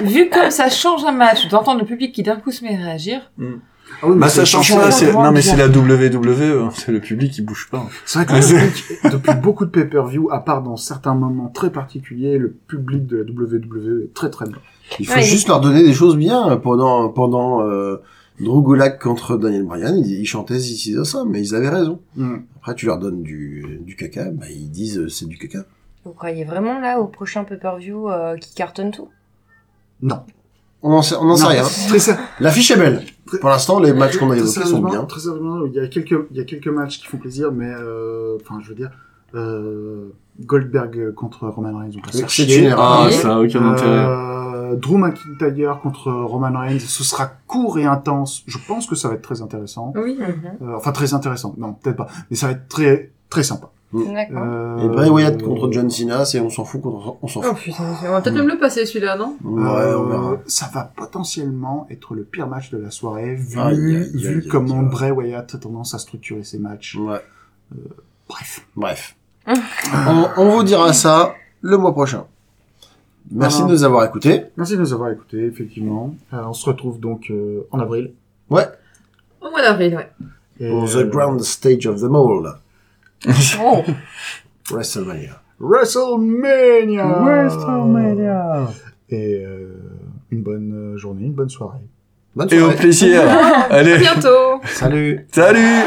vu comme ça change un match, d'entendre le public qui d'un coup se met à réagir.
Ah oui, mais
Bah ça
c'est-
change
c'est-
pas, c'est
vraiment
non mais
bien.
c'est la WWE, hein, c'est le public qui bouge pas.
C'est vrai que le public, depuis beaucoup de pay-per-view, à part dans certains moments très particuliers, le public de la WWE est très très bon.
Il faut
Ouais.
juste leur donner des choses bien. euh, Pendant, pendant euh, Drew Gulak contre Daniel Bryan, ils, ils chantaient ici de ça, mais ils avaient raison. Après, tu leur donnes du, du caca, bah, ils disent euh, c'est du caca.
Vous croyez vraiment là au prochain pay-per-view euh, qui cartonne tout
On n'en sait, on en sait
Non,
rien.
Très, sé-
L'affiche est belle.
Très-
Pour l'instant, les matchs qu'on a
très
évoqués sont
sérieusement-
bien.
Très sérieusement, il y a quelques, il y a quelques matchs qui font plaisir, mais euh, enfin, je veux dire, euh, Goldberg contre Roman Reigns, donc
C'est une erreur.
Ah,
ça a aucun
Euh, Drew McIntyre contre Roman Reigns, ce sera court et intense. Je pense que ça va être très intéressant.
Oui.
Euh, enfin, très intéressant. Non, peut-être pas. Mais ça va être très, très sympa.
D'accord.
Euh,
Et Bray Wyatt contre John Cena, c'est on s'en fout, on s'en- on s'en
Oh
fout.
putain, on va peut-être même le passer celui-là, non
Ouais, on verra.
Euh, ça va potentiellement être le pire match de la soirée vu,
Aïe, aïe, aïe,
vu
aïe,
comment
aïe.
Bray Wyatt a tendance à structurer ses matchs.
Ouais.
Bref.
Bref. on, on vous dira ça le mois prochain. Merci
Ah.
de nous avoir écoutés.
Merci de nous avoir écoutés, effectivement. Euh, on se retrouve donc euh, en avril.
Au mois d'avril, ouais.
Et,
Pour
euh,
The Grand Stage of them All,
Oh,
WrestleMania.
WrestleMania
WrestleMania.
Et euh, une bonne journée, une bonne soirée.
Bonne
Et au
soirée.
plaisir.
À
Allez,
bientôt
Salut
salut